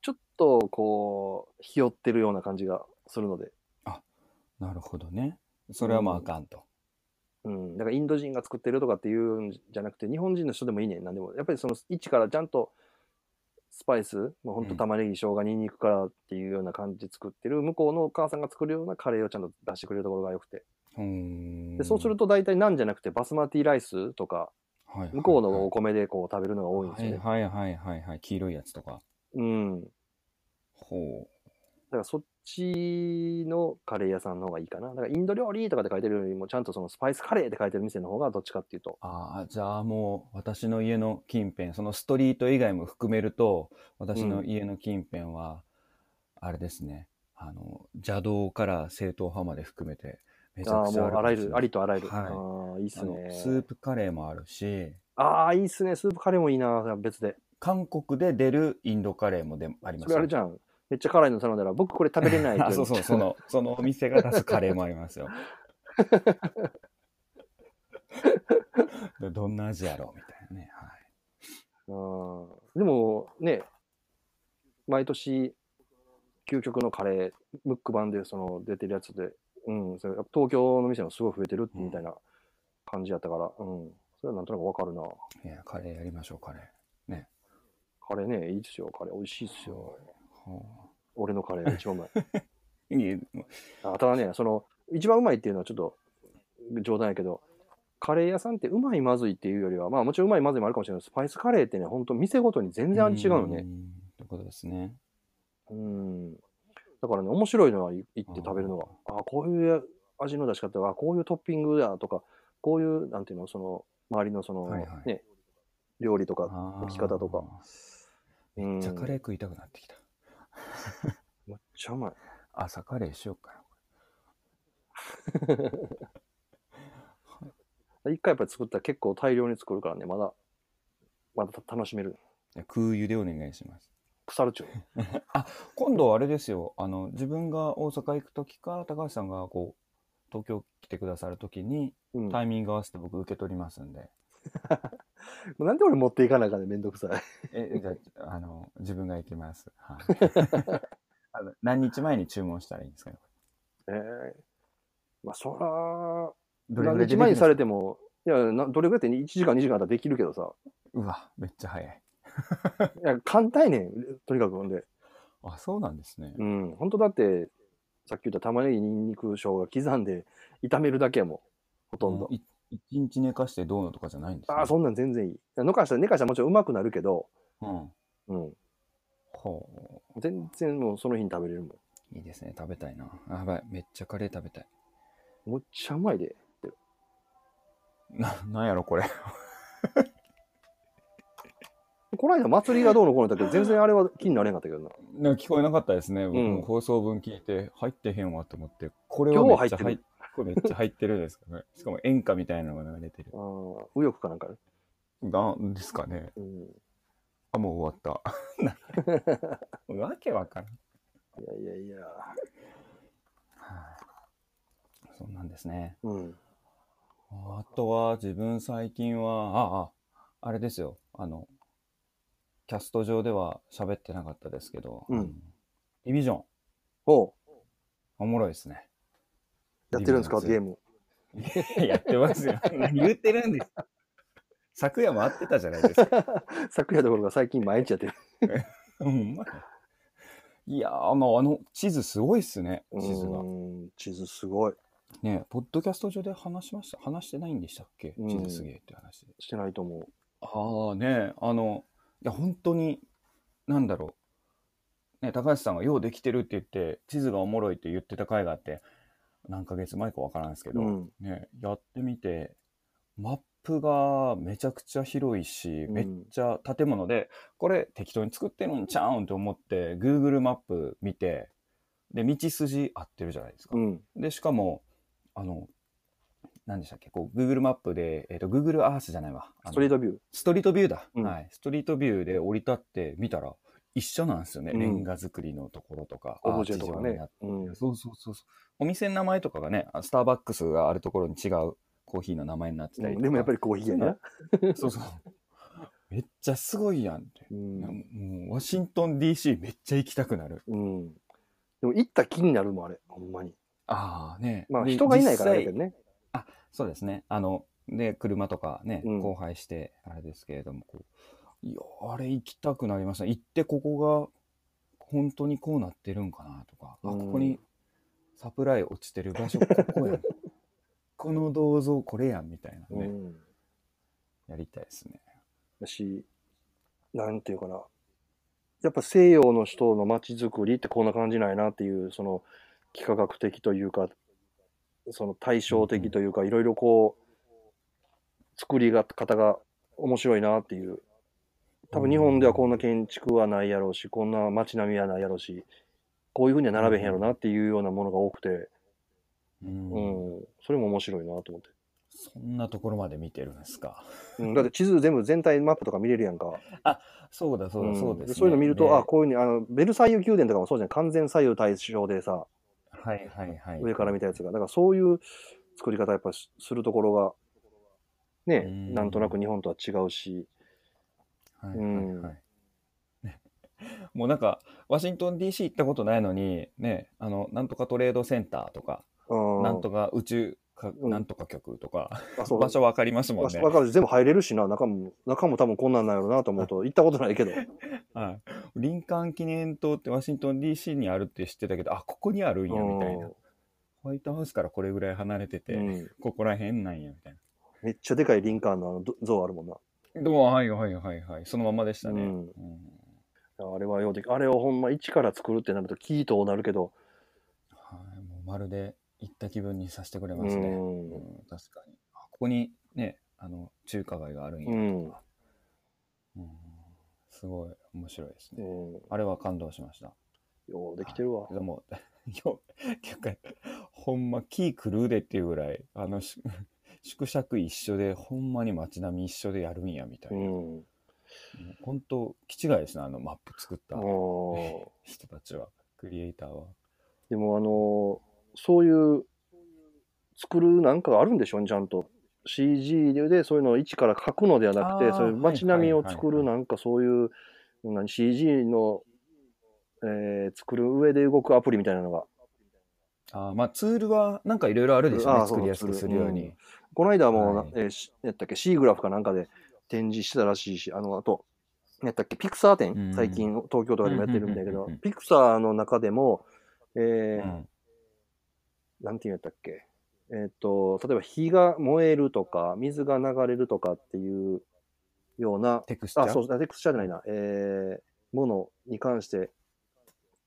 Speaker 1: ちょっとこうひよってるような感じがするので
Speaker 2: う。なるほどね。それはまあ
Speaker 1: う
Speaker 2: あ
Speaker 1: ん
Speaker 2: かんと。
Speaker 1: うん、だからインド人が作ってるとかっていうんじゃなくて日本人の人でもいいねんなんでもやっぱりその一からちゃんとスパイスもうほん
Speaker 2: う
Speaker 1: と
Speaker 2: ん
Speaker 1: 玉ねぎ、生姜にんにくからっていうような感じで作ってる向こうのお母さんが作るようなカレーをちゃんと出してくれるところがよくて
Speaker 2: うーん
Speaker 1: でそうすると大体なんじゃなくてバスマティライスとか
Speaker 2: はい
Speaker 1: 向こうのお米でこう食べるのが多いんですよね、
Speaker 2: はいはいはいはいはい。黄色いやつとか。
Speaker 1: うんだ
Speaker 2: ほ
Speaker 1: からそっちのカレー屋さんの方がいいかなだからインド料理とかって書いてるよりもちゃんとそのスパイスカレーって書いてる店の方がどっちかっていうと
Speaker 2: う。ああ、じゃあもう、私の家の近辺、そのストリート以外も含めると、私
Speaker 1: う
Speaker 2: の
Speaker 1: ん
Speaker 2: 家の近辺は、あれですね。あの、邪道から正統派まで含めて、めちゃ
Speaker 1: ああ
Speaker 2: く
Speaker 1: ー
Speaker 2: ちゃ
Speaker 1: もうあ
Speaker 2: からも
Speaker 1: ゆ
Speaker 2: しれ
Speaker 1: る
Speaker 2: な
Speaker 1: あ
Speaker 2: い
Speaker 1: りとあらゆる、
Speaker 2: はい
Speaker 1: ああいいっす
Speaker 2: あの
Speaker 1: ね
Speaker 2: スープカレーもあるし、
Speaker 1: ああ、いいっすね。スープカレーもいいな。別で。
Speaker 2: 韓国で出るインドカレーもでありま
Speaker 1: そ
Speaker 2: す
Speaker 1: れ
Speaker 2: よ
Speaker 1: あれじゃん。めっちゃ辛いの頼んだら、僕これ食べれないって
Speaker 2: あ、そ うそう、そ。の、そのお店が出すカレーもありますよ。でどんな味やろうみたいなね。はい。
Speaker 1: うんでも、ね、毎年、究極のカレー、ムック版でその出てるやつで、うん、それ東京の店もすごい増えてるみたいな感じやったから、うん。それはなんとなくわかるな。
Speaker 2: いや、カレーやりましょう、カレ
Speaker 1: カレーね、いいっすよ。カレー美味しいっす
Speaker 2: ー。
Speaker 1: よ。
Speaker 2: は
Speaker 1: 俺のカレーが一番うまい。
Speaker 2: あいえ
Speaker 1: あただね、その、一番うまいっていうのはちょっと冗談やけど、カレー屋さんってうまいまずいっていうよりは、まあもちろんうまいまずいもあるかもしれないけどスパイスカレーってね、ほんと店ごとに全然味違うのね。。
Speaker 2: んということですね。
Speaker 1: うん。だからね、面白いのは行って食べるのが、ああ、こういう味の出し方が、あこういうトッピングだとか、こういう、なんていうの、その、周りのその、
Speaker 2: はいはい
Speaker 1: ね、料理とか、
Speaker 2: あー
Speaker 1: 置き方とか。
Speaker 2: めっちゃ
Speaker 1: うん
Speaker 2: カレー食いたくなってきた。
Speaker 1: めっちゃうまい。
Speaker 2: 朝カレーしようかな。
Speaker 1: 一回やっぱり作ったら結構大量に作るからね、まだ、まだ楽しめる。
Speaker 2: いや空輸でお願いします。
Speaker 1: 腐るっちゅう。
Speaker 2: 今度あれですよあの自分が大阪行く時か高橋さんがこう東京来てくださる時に
Speaker 1: うん。
Speaker 2: タイミング合わせて僕受け取りますんで、
Speaker 1: なんで俺持っていかなあかんねんめんどくさい。
Speaker 2: えじゃああの自分が行きます、はい あの何日前に注文したらいいんですかね
Speaker 1: ええまあ、そら、
Speaker 2: ど
Speaker 1: 何日
Speaker 2: で
Speaker 1: 前
Speaker 2: で
Speaker 1: に
Speaker 2: き
Speaker 1: され
Speaker 2: るんですか
Speaker 1: ても、いや、などれぐらいって1時間、2時間だったらできるけどさ、
Speaker 2: うわめっちゃ早い
Speaker 1: いや、簡単やねん、とにかくほんで。
Speaker 2: あそうなんですね、
Speaker 1: うん、本当だって、さっき言った玉ねぎ、にんにく、生姜刻んで、炒めるだけやもん、ほとんど。
Speaker 2: い一日寝かしてどうのとかじゃないんですね
Speaker 1: ああ、そんなん全然いい。いや寝かしたら、寝かしたらもちろんうまくなるけど、
Speaker 2: うん
Speaker 1: うん、
Speaker 2: ほ
Speaker 1: 全然もうその日に食べれるも
Speaker 2: ういいですね食べたいなあやばいめっちゃカレー食べたい
Speaker 1: ん。むっちゃうまいで。
Speaker 2: な なんやろこれ
Speaker 1: この間祭りがどうのこうのだけど、全然あれは気になれんかったけどな。
Speaker 2: なんか聞こえなかったですね、僕
Speaker 1: うん
Speaker 2: も放送分聞いて入ってへんわと思ってこれ
Speaker 1: 今
Speaker 2: は
Speaker 1: 日
Speaker 2: め
Speaker 1: は
Speaker 2: っちゃ
Speaker 1: 入って
Speaker 2: 入っこれめっちゃ入ってるんです かねしかも演歌みたいなのが流れてる
Speaker 1: あー右翼かなんかね。
Speaker 2: なんですかね
Speaker 1: うん。
Speaker 2: あもう終わった わけわからん
Speaker 1: いやいやいや。
Speaker 2: はい そうなんですね
Speaker 1: うん。
Speaker 2: あとは自分最近はあああれですよあのキャスト上では喋ってなかったですけど、
Speaker 1: うん
Speaker 2: あのディビジョン
Speaker 1: おう
Speaker 2: おもろいですね
Speaker 1: やってるんですか、
Speaker 2: リ
Speaker 1: ゲ
Speaker 2: ベ
Speaker 1: ーム。
Speaker 2: やってますよ。何 言ってるんですか昨夜も会ってたじゃないですか。
Speaker 1: 昨夜どころか最近毎日やってる。
Speaker 2: うん、いやー、まあ、あの、地図すごいっすね、
Speaker 1: う
Speaker 2: 地図が。
Speaker 1: ーん、地図すごい。
Speaker 2: ねえポッドキャスト上で話しました。話してないんでしたっけ
Speaker 1: うん
Speaker 2: 地図すげえって話。
Speaker 1: してないと思
Speaker 2: ああ、ねえあの、いや、本当に、なんだろう。ね、高橋さんがようできてるって言って、地図がおもろいって言ってた回があって、何ヶ月前かわからんですけ
Speaker 1: う。
Speaker 2: ど、
Speaker 1: うん。
Speaker 2: ね、やってみて、マップがめちゃくちゃ広いし、
Speaker 1: うん
Speaker 2: めっちゃ建物で、これ適当に作ってるんちゃうんと思って、Google マップ見て、で、道筋合ってるじゃないですか
Speaker 1: う。ん。
Speaker 2: で、しかも、あの、何でしたっけ、こう、Google マップで、えっ、と、Google Earth じゃないわ。あの
Speaker 1: ストリートビュー。
Speaker 2: ストリートビューだ、
Speaker 1: うん
Speaker 2: はい。ストリートビューで降り立って見たら、一緒なんですよね。
Speaker 1: うん
Speaker 2: レンガ作りのところとか、
Speaker 1: オブジェと
Speaker 2: アー
Speaker 1: か
Speaker 2: チ状にな
Speaker 1: ね
Speaker 2: っ。
Speaker 1: うん。
Speaker 2: そうそうそうそう。お店の名前とかがね、あスターバックスがあるところに違うコーヒーの名前になってたりとか。
Speaker 1: でもやっぱりコーヒーやな。
Speaker 2: り。そう そう。めっちゃすごいやんって。
Speaker 1: うん。
Speaker 2: もうワシントン DC めっちゃ行きたくなる。
Speaker 1: うん。でも行った気になるもん、あれ。ほんまに。
Speaker 2: ああね。
Speaker 1: まあ
Speaker 2: で
Speaker 1: 人がいないからだ
Speaker 2: 実
Speaker 1: け
Speaker 2: 際
Speaker 1: どね。
Speaker 2: そうですね。あの、で、車とかね、
Speaker 1: うん
Speaker 2: 荒廃して、あれですけれども、こう、いや、あれ行きたくなりました。行ってここが、本当にこうなってるんかなとか、
Speaker 1: う
Speaker 2: あ、
Speaker 1: ん
Speaker 2: ここにサプライ落ちてる場所、こ こやん。この銅像これやん、みたいな
Speaker 1: う
Speaker 2: ね、
Speaker 1: ん。
Speaker 2: やりたいですね。
Speaker 1: だし、なんていうかな。やっぱ西洋の人の街づくりってこんな感じないなっていう、その、幾何学的というか、その対照的というか、いろいろこう、作りが方が面白いなっていう。多分日本ではこんな建築はないやろうし、こんな街並みはないやろうし、こういうふうには並べへんやろなっていうようなものが多くて、
Speaker 2: うん
Speaker 1: うん、それも面白いなと思って。
Speaker 2: そんなところまで見てるんですか。
Speaker 1: うん、だって地図全部全体マップとか見れるやんか。
Speaker 2: そうだ、そうだ、
Speaker 1: ん
Speaker 2: そうです、ね
Speaker 1: そういうの見ると、
Speaker 2: ね
Speaker 1: あ、こういうふうに、あの、ベルサイユ宮殿とかもそうじゃん。完全左右対称でさ、
Speaker 2: はいはいはい。
Speaker 1: 上から見たやつが。だからそういう作り方やっぱしするところが、ね、
Speaker 2: うん
Speaker 1: なんとなく日本とは違うし、
Speaker 2: はいはいはい。ね もうなんか、ワシントン DC 行ったことないのに、ね、あの、なんとかトレードセンターとか、
Speaker 1: うん。
Speaker 2: なんとか宇宙か、
Speaker 1: うん
Speaker 2: なんとか局とか、
Speaker 1: あそう
Speaker 2: 場所わかりますも
Speaker 1: わ
Speaker 2: んね。
Speaker 1: わかるし全部入れるしな、中も、中も多分こんなんなんやろなと思うと、行ったことないけど。
Speaker 2: はい。林間記念塔ってワシントン DC にあるって知ってたけど、あ、ここにあるんや、みたいな。ホワイトハウスからこれぐらい離れてて、
Speaker 1: うんうん
Speaker 2: ここら辺なんや、みたい
Speaker 1: めっちゃでかいリンカーンのあのど像あるもんな。
Speaker 2: な。でも、はいはいはいはい。そのままでしたね。
Speaker 1: うん
Speaker 2: うん
Speaker 1: あれはようできあれをほんま一から作るってなるとキートなるけど、
Speaker 2: はい、もうまるで行った気分にさせてくれ
Speaker 1: う
Speaker 2: ますね。
Speaker 1: ん
Speaker 2: う。ん確かに。あここにね、あの、中華街があるんや。
Speaker 1: うん
Speaker 2: うんすごい面白いです
Speaker 1: う
Speaker 2: ね。
Speaker 1: ん。
Speaker 2: あれは感動しました。
Speaker 1: ようできてるわ。
Speaker 2: でも、 よ結構、ほんま、キー狂うでっていうぐらい、あの、し縮尺一緒で、ほんまに街並み一緒でやるんや、みたいうな。も
Speaker 1: ん。
Speaker 2: うほんと、気違いですね、あのマップ作った
Speaker 1: うん
Speaker 2: 人たちは、クリエイターは。
Speaker 1: でもあのーそういう作るなんかがあるんでしょうねちゃんと CG でそういうのを一から書くのではなく
Speaker 2: あ
Speaker 1: て
Speaker 2: ー
Speaker 1: そういう街並みを作
Speaker 2: は
Speaker 1: る
Speaker 2: いはいはい
Speaker 1: なんかそういう何 CG の、えー作る上で動くアプリみたいなのが
Speaker 2: あーまあ、ツールは、なんかいろいろあるでしょう
Speaker 1: あ
Speaker 2: ね、
Speaker 1: ーそう
Speaker 2: 作りやすくするよう
Speaker 1: ツール
Speaker 2: に。
Speaker 1: この間もうな、
Speaker 2: はい
Speaker 1: えーしやったっけ C グラフかなんかで展示してたらしいしあのあとやったっけピクサー展、
Speaker 2: うん
Speaker 1: 最近東京とかでもやってるみたいだけ
Speaker 2: うんうんう
Speaker 1: ど
Speaker 2: んうんうん
Speaker 1: ピクサーの中でも、え
Speaker 2: う
Speaker 1: ー
Speaker 2: ん
Speaker 1: なんていうんやったっけ、えっと例えば火が燃えるとか水が流れるとかっていうような
Speaker 2: テクスチャ
Speaker 1: あそ
Speaker 2: ー
Speaker 1: うテクスチャーじゃないな、えーものに関して、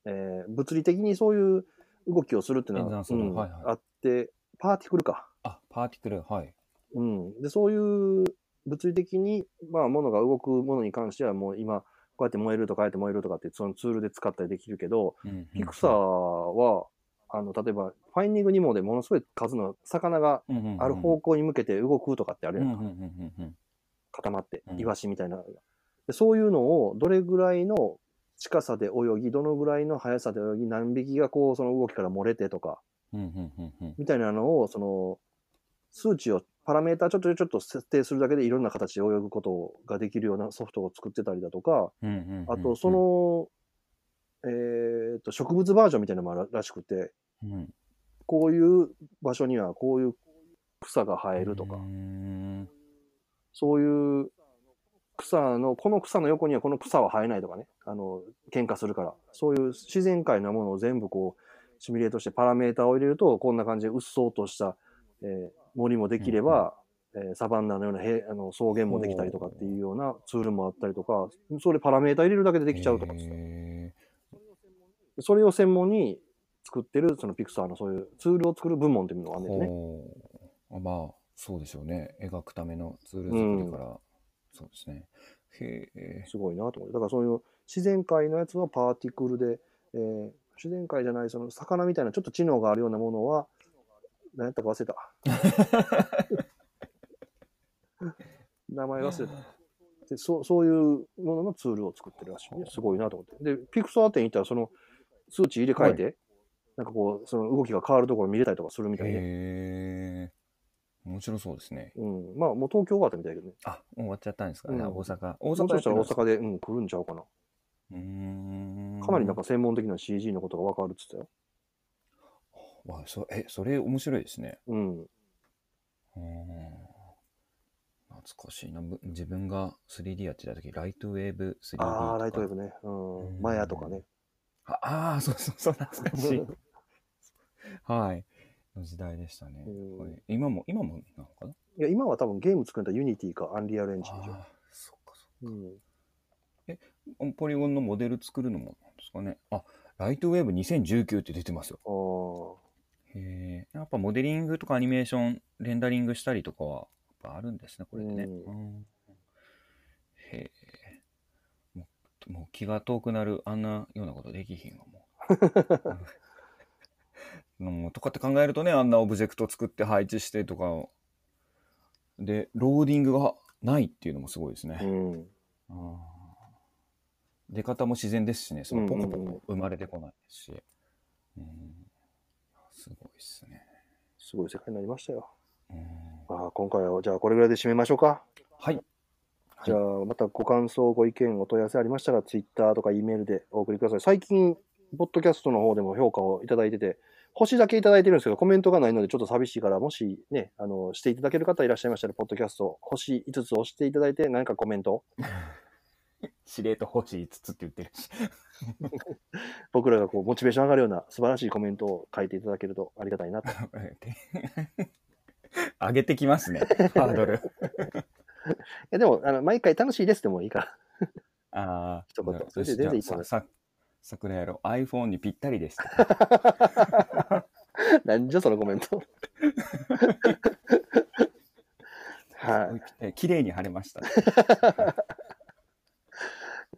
Speaker 1: えー物理的にそういう動きをするっていうの
Speaker 2: 演
Speaker 1: は
Speaker 2: 算する
Speaker 1: うん
Speaker 2: はいはい
Speaker 1: あってパーティクルか
Speaker 2: あ、パーティクル、はい。
Speaker 1: うん、でそういう物理的に、まあ、物が動くものに関してはもう今こうやって燃えるとかあえて燃えるとかってそのツールで使ったりできるけど、
Speaker 2: うん
Speaker 1: ピクサーはあの例えばファインディングニモでものすごい数の魚がある方向に向けて動くとかってある
Speaker 2: う
Speaker 1: や
Speaker 2: ん
Speaker 1: ん
Speaker 2: う
Speaker 1: か
Speaker 2: んうんうんうん
Speaker 1: 固まって
Speaker 2: うん
Speaker 1: イワシみたいなのがでそういうのをどれぐらいの近さで泳ぎどのぐらいの速さで泳ぎ何匹がこうその動きから漏れてとか
Speaker 2: うんうんうんうん
Speaker 1: みたいなのを、その、数値を、パラメータちょっとちょっと設定するだけでいろんな形で泳ぐことができるようなソフトを作ってたりだとか、
Speaker 2: うんうんうん
Speaker 1: あと、その、えっと、植物バージョンみたいなのもあるらしくて、
Speaker 2: うん
Speaker 1: こういう場所にはこういう草が生えるとか
Speaker 2: うー、ん
Speaker 1: そういう草の、この草の横にはこの草は生えないとかね、あの、喧嘩するから、そういう自然界のものを全部こう、シミュレートしてパラメータを入れると、こんな感じでうっそうとした、えー森もできれば、えーサバンナのようなへあの草原もできたりとかっていうようなツールもあったりとか、それパラメータ入れるだけでできちゃうとかっつって、
Speaker 2: へ
Speaker 1: それを専門に作ってる、そのピクサーのそういうツールを作る部門っていうのがあ
Speaker 2: ー
Speaker 1: るんですね。
Speaker 2: ほうあまあそうでしょうね描くためのツール作りから、そうですねへえ
Speaker 1: すごいなと思って。だからそういう自然界のやつはパーティクルで、えー自然界じゃないその魚みたいなちょっと知能があるようなものは、何やったか忘れ た。名前忘れた。でそうそういうもののツールを作ってるらしいね。すごいなと思って。で、ピクサー店行ったらその数値入れ替えて、なんかこう、その動きが変わるところ見れたりとかするみたいで、
Speaker 2: へえ面白そうですね
Speaker 1: うん。まあ、もう東京があったみたいだけどね。
Speaker 2: あもう終わっちゃったんですかね、
Speaker 1: うん
Speaker 2: あ大阪大阪
Speaker 1: もしかしたら
Speaker 2: や
Speaker 1: 大
Speaker 2: ってたんで
Speaker 1: 阪で、
Speaker 2: すか
Speaker 1: うん、来るんちゃうかな。
Speaker 2: うーん
Speaker 1: かなりなんか専門的な CG のことが分かるって言って
Speaker 2: わそえそれ面白いですね
Speaker 1: たよ。うん。
Speaker 2: うーん懐かしいなぶ自分が 3D やってた時ライトウェーブ 3D とか
Speaker 1: ああ、ライトウェーブね。う
Speaker 2: うん
Speaker 1: ん。マヤとかね。
Speaker 2: ああーそうそうそう懐かしいはいの時代でしたね、
Speaker 1: うん
Speaker 2: これ今も今もなのかない
Speaker 1: や、今は多分ゲーム作るんだったらユニティかアンリアルエンジンでしょ
Speaker 2: ああそっかそ
Speaker 1: うん。
Speaker 2: っかポリゴンのモデル作るのもなんですかねあライトウェーブ2019って出てますよ
Speaker 1: あー
Speaker 2: へえやっぱモデリングとかアニメーションレンダリングしたりとかはやっぱあるんですねこれでね、
Speaker 1: う
Speaker 2: うんへえもうもう気が遠くなるあんなようなことできひんわもううんもうとかって考えるとねあんなオブジェクト作って配置してとかをでローディングがないっていうのもすごいですね、
Speaker 1: うん。
Speaker 2: うん出方も自然ですしね、そのポコポ
Speaker 1: うんうんうん
Speaker 2: コ生まれてこないですし、うんすごいですね。
Speaker 1: すごい世界になりましたよ。
Speaker 2: うん
Speaker 1: ああ、今回はじゃあこれぐらいで締めましょうか。
Speaker 2: はい、
Speaker 1: じゃあまたご感想、ご意見、お問い合わせありましたら、ツイッターとか E メールでお送りください。最近、ポッドキャストの方でも評価をいただいてて、星だけいただいてるんですけど、コメントがないのでちょっと寂しいから、もしね、あの、していただける方いらっしゃいましたら、ポッドキャスト、星5つ押していただいて、何かコメント、
Speaker 2: 司令と星5つって言ってるし。
Speaker 1: 僕らがこう、モチベーション上がるような素晴らしいコメントを書いていただけるとありがたい なと。
Speaker 2: 上げてきますね、ハードル。
Speaker 1: いやでも、あの毎回楽しいですでもいいから。
Speaker 2: ああ、
Speaker 1: 一言
Speaker 2: じゃあ
Speaker 1: それで全然いい
Speaker 2: じ
Speaker 1: と思い
Speaker 2: ゃあ
Speaker 1: ます
Speaker 2: ささ桜やろ iPhone にぴったりです。
Speaker 1: なんじゃそのコメント。はい。
Speaker 2: え綺麗に晴れま した。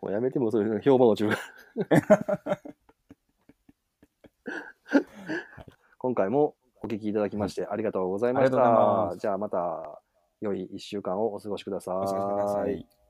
Speaker 1: もうやめてもそういうの 評判落ちるから今回もお聞きいただきましてありがとうございまし
Speaker 2: ありがとうござい
Speaker 1: た
Speaker 2: ま。す
Speaker 1: じゃあまた良い1週間をお過ごしくださ
Speaker 2: お過ごしくださ
Speaker 1: い
Speaker 2: い。